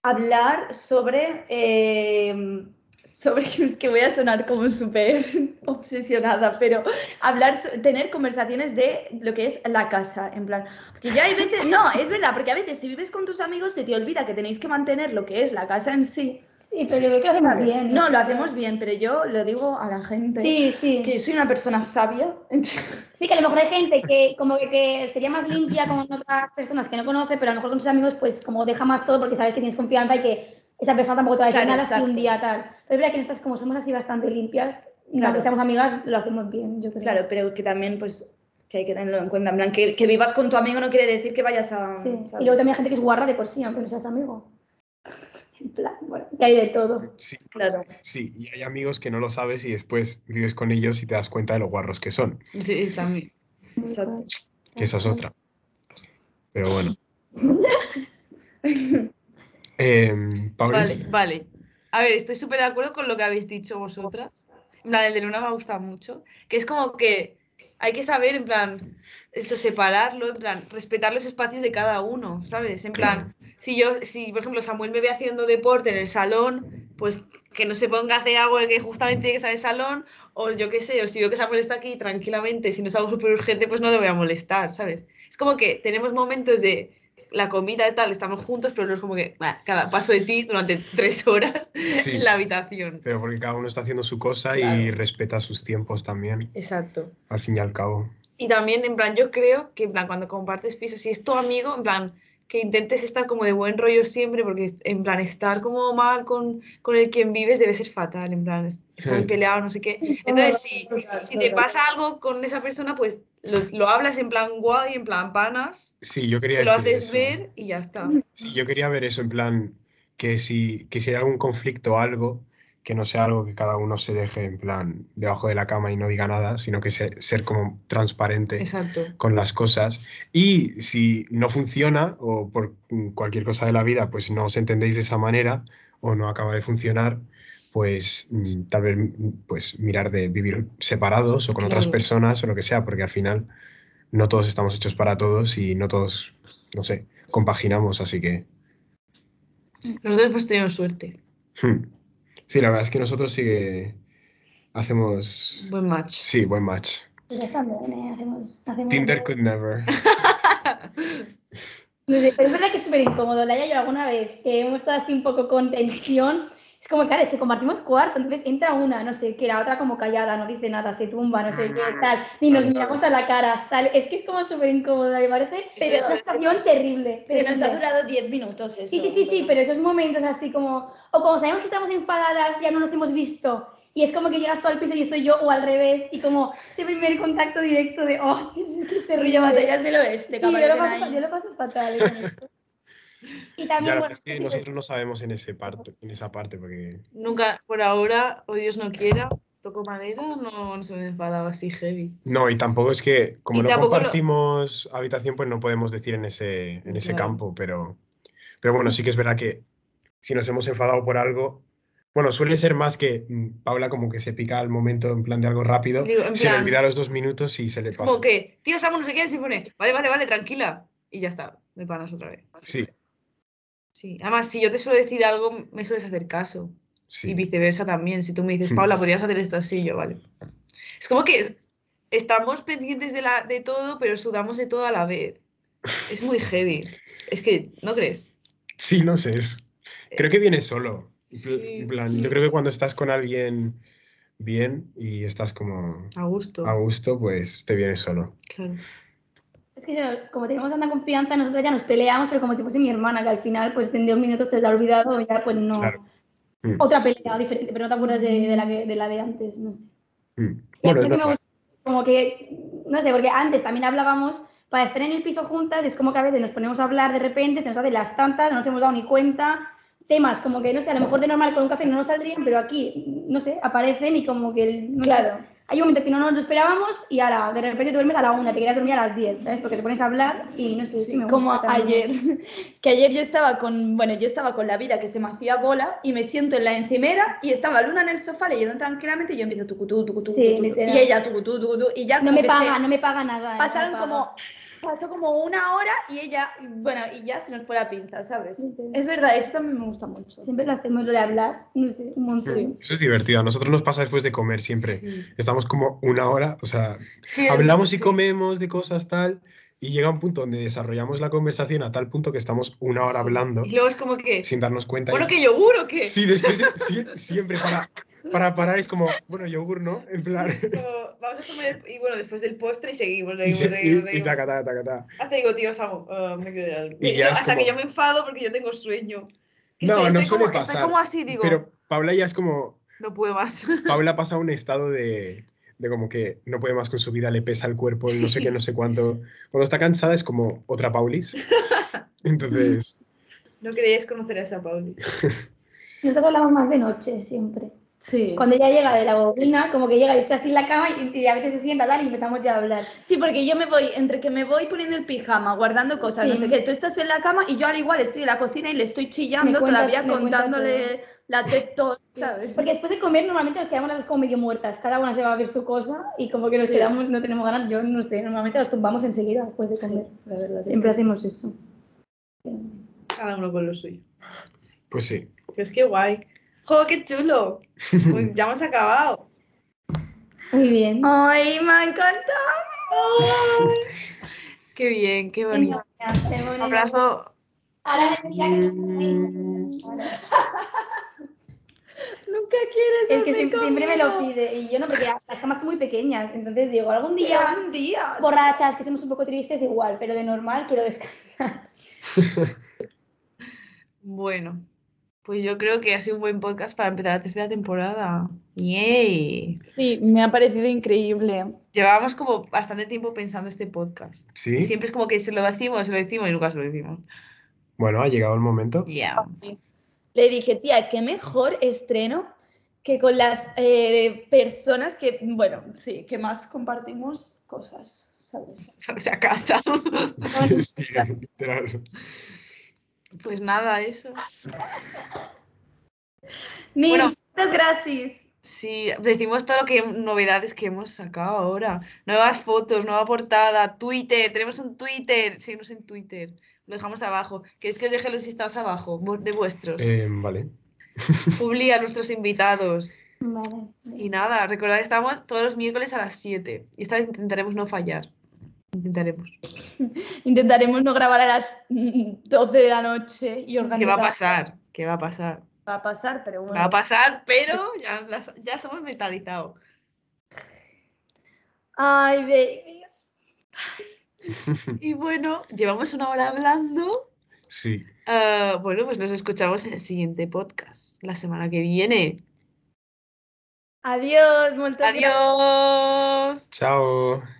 hablar sobre, eh, sobre, es que voy a sonar como súper obsesionada, pero hablar, so- tener conversaciones de lo que es la casa, en plan, porque ya hay veces, no, es verdad, porque a veces si vives con tus amigos se te olvida que tenéis que mantener lo que es la casa en sí. Sí, pero yo creo que lo hacemos ¿sabes? bien. No, lo hacemos bien, pero yo lo digo a la gente. Sí, sí. Que soy una persona sabia. entonces- Sí, que a lo mejor hay gente que como que, que sería más limpia con otras personas que no conoce, pero a lo mejor con sus amigos pues como deja más todo porque sabes que tienes confianza y que esa persona tampoco te va a decir Claro, nada si un exacto. día tal. Pero es verdad que nosotras como somos así bastante limpias, Claro. aunque seamos amigas, lo hacemos bien, yo creo. Claro, pero que también, pues, que hay que tenerlo en cuenta. En plan, que, que vivas con tu amigo no quiere decir que vayas a. Sí. Mm, ¿sabes? Y luego también hay gente que es guarra de por sí, aunque no seas amigo. En plan, bueno, que hay de todo. Sí, Claro. sí, y hay amigos que no lo sabes y después vives con ellos y te das cuenta de lo guarros que son, Sí, también. Exacto. que esa es otra. Pero bueno. Em, Paulis, Vale, vale. A ver, estoy súper de acuerdo con lo que habéis dicho vosotras. En plan, el de Luna me ha gustado mucho. Que es como que hay que saber, en plan, eso, separarlo, en plan, respetar los espacios de cada uno, ¿sabes? En plan, si yo, si por ejemplo Samuel me ve haciendo deporte en el salón, pues que no se ponga a hacer algo que justamente tiene que estar en el salón, o yo qué sé, o si veo que Samuel está aquí tranquilamente, si no es algo súper urgente, pues no le voy a molestar, ¿sabes? Es como que tenemos momentos de la comida y tal, estamos juntos, pero no es como que bah, cada paso de ti durante tres horas Sí. en la habitación. pero porque cada uno está haciendo su cosa y Claro. respeta sus tiempos también, Exacto. al fin y al cabo. Y también, en plan, yo creo que, en plan, cuando compartes piso, si es tu amigo, en plan, que intentes estar como de buen rollo siempre, porque, es- en plan, estar como mal con, con el quien vives debe ser fatal, en plan, es- estar Sí. peleado, no sé qué. Entonces, si, si te pasa algo con esa persona, pues lo, lo hablas en plan guay, en plan panas, Sí, yo quería se lo decir haces eso. ver y ya está. Sí, yo quería ver eso en plan, que si, que si hay algún conflicto o algo, que no sea algo que cada uno se deje en plan debajo de la cama y no diga nada, sino que se- ser como transparente Exacto. con las cosas. Y si no funciona o por mm, cualquier cosa de la vida, pues no os entendéis de esa manera o no acaba de funcionar, pues mm, tal vez mm, pues mirar de vivir separados o con otras Claro. personas o lo que sea, porque al final no todos estamos hechos para todos y no todos, no sé, compaginamos, así que... Los dos pues tenemos suerte. hmm. Sí, la verdad es que nosotros sí que hacemos... Buen match. Sí, buen match. Pues ya está bien, ¿eh? Hacemos, hacemos Tinder could never. No sé, pero es verdad que es súper incómodo. La yo alguna vez que hemos estado así un poco con tensión. Es como, claro, si compartimos cuarto, entonces entra una, no sé qué, la otra como callada, no dice nada, se tumba, no sé qué, tal, ni nos Vale, vale. miramos a la cara, sale. Es que es como súper incómodo, me parece. Pero- Pero es una situación terrible. Pero nos ha terrible. durado 10 minutos eso. Sí, sí, sí, sí, pero esos momentos así como, o como sabemos que estamos enfadadas, ya no nos hemos visto, y es como que llegas tú al piso y estoy yo, o al revés, y como ese primer contacto directo de, oh, qué, qué terrible. Rollo batallas del oeste, Sí, yo lo, caballero. paso, yo lo paso fatal en esto. Y también, Ya, la verdad bueno, es que nosotros no sabemos en, ese parte, en esa parte, porque Nunca, por ahora, o Dios no quiera, toco madera, no, no se me enfadaba así heavy. No, y tampoco es que, como Y no tampoco lo- compartimos habitación, pues no podemos decir en ese, en ese Claro. campo, pero, pero bueno, sí que es verdad que si nos hemos enfadado por algo, Bueno, suele ser más que mm, Paula como que se pica al momento en plan de algo rápido, Digo, en se le plan- olvida los dos minutos y se le Es pasa. como que, tío, Samu no sé qué, se pone, vale, vale, vale, tranquila. Y ya está, me panas otra vez. Sí, Sí, además, si yo te suelo decir algo, me sueles hacer caso. sí. Y viceversa también. Si tú me dices, Mm. Paula, podrías hacer esto así, yo, vale. Es como que estamos pendientes de, la, de todo, pero sudamos de todo a la vez. Es muy heavy. Es que, ¿no crees? Sí, no sé. es- Creo que viene solo. En pl- Sí, en plan, sí. Yo creo que cuando estás con alguien bien y estás como A gusto. a gusto, pues te viene solo. Claro. Es que se nos- como tenemos tanta confianza, nosotros ya nos peleamos, pero como si fuese mi hermana, que al final, pues en dos minutos te la ha olvidado, ya pues no. Claro. Mm. Otra pelea diferente, pero no te acuerdas de, de la, que- de la de antes, no sé. Mm. Y Bueno, es aparte me verdad. gusta como que, no sé, porque antes también hablábamos, para estar en el piso juntas, es como que a veces nos ponemos a hablar de repente, se nos hacen las tantas, no nos hemos dado ni cuenta, temas como que, no sé, a lo mejor de normal con un café no nos saldrían, pero aquí, no sé, aparecen y como que, el- no sé, Claro. hay un momento que no nos lo esperábamos y ahora de repente te duermes a la una, te querías dormir a las 10, ¿sabes? Porque te pones a hablar y no sé si me como gusta, ¿no? ayer, que ayer yo estaba con, bueno, yo estaba con la vida que se me hacía bola y me siento en la encimera y estaba Luna en el sofá leyendo tranquilamente y yo empiezo tucutú, tucutú, Sí, tucutú, literal. y ella tucutú, tucutú, y ya No como que me se- paga, no me paga nada. no me pasaron paga. como, pasó como una hora y ella, bueno, y ya se nos fue la pinza, ¿sabes? Literal. Es verdad, eso también me gusta mucho. Siempre lo hacemos lo de hablar, no sé, un montón. Sí. Eso es divertido. A nosotros nos pasa después de comer siempre. Sí. Estamos como una hora, o sea, Sí, hablamos y sí. comemos de cosas tal, y llega un punto donde desarrollamos la conversación a tal punto que estamos una hora Sí. hablando Y luego es como que, sin darnos cuenta. bueno, y- que yogur o qué. Sí, después sí, siempre para, para parar es como, bueno, yogur, ¿no? En plan. Como, vamos a comer y bueno, después del postre y seguimos, Y, seguimos, se- seguimos, y- y seguimos. taca, taca, taca, taca. Hasta digo, tío, Samu, ah, me quedo de algo. Y Y ya yo- es hasta que como- yo me enfado porque yo tengo sueño. Que No, estoy, no estoy suele como, estoy pasar, como así, digo, Pero Paula ya es como, no puedo más. Paula pasa a un estado de, de como que no puede más con su vida, le pesa el cuerpo, no sé qué, no sé cuánto. Cuando está cansada es como otra Paulis. Entonces, No queríais conocer a esa Pauli. Nosotros hablamos más de noche siempre. Sí. Cuando ella llega de la bobina, como que llega y está así en la cama y, y a veces se sienta tal y empezamos ya a hablar. Sí, porque yo me voy, entre que me voy poniendo el pijama, guardando cosas, no Sí. sé qué, tú estás en la cama y yo al igual estoy en la cocina y le estoy Me chillando cuenta- todavía me cuenta contándole la TED Talk, ¿sabes? Porque después de comer normalmente nos quedamos las dos como medio muertas, cada una se va a ver su cosa y como que nos Sí. quedamos, no tenemos ganas, yo no sé, normalmente nos tumbamos enseguida después de comer. la verdad. es Siempre que sí. hacemos eso. Cada uno con lo suyo. pues sí. Pero es que guay. ¡Jo, qué chulo! Pues ya hemos acabado. Muy bien. Ay, me ha encantado. ¡Qué bien, qué bonito! Venga, ya, qué Un bonito. abrazo. Ahora me mira Mm. que Nunca quieres El que dormir siempre, siempre me lo conmigo. pide y yo no, porque las camas son muy pequeñas, entonces digo, algún Pero día un día. borrachas, que estemos un poco tristes, igual, pero de normal quiero descansar. Bueno, pues yo creo que ha sido un buen podcast para empezar la tercera temporada. ¡Yay! Sí, me ha parecido increíble. Llevábamos como bastante tiempo pensando este podcast. Y Sí. siempre es como que se lo decimos, se lo decimos y nunca se lo decimos. Bueno, ha llegado el momento. Yeah. Le dije, tía, qué mejor estreno que con las eh, personas que, bueno, sí, que más compartimos cosas, ¿sabes? O sea, casa. Sí, literal. Pues nada, eso. Mis Bueno. muchas gracias. Sí, decimos todo lo que novedades que hemos sacado ahora. Nuevas fotos, nueva portada, Twitter, tenemos un Twitter, seguimos en Twitter. Lo dejamos abajo. ¿Queréis que os deje los estados abajo? vu- De vuestros. Eh, vale. Publi a nuestros invitados. Vale. Y nada, recordad, estamos todos los miércoles a las 7. Y esta vez intentaremos no fallar. Intentaremos. Intentaremos no grabar a las mm, 12 de la noche y ¿Qué va organizar. a pasar? ¿Qué va a pasar? Va a pasar, pero bueno. Va a pasar, pero ya, nos las- ya somos mentalizados. Ay, babies. Y bueno, llevamos una hora hablando. Sí. Ah, bueno, pues nos escuchamos en el siguiente podcast, la semana que viene. Adiós, muchas gracias. Adiós. Chao.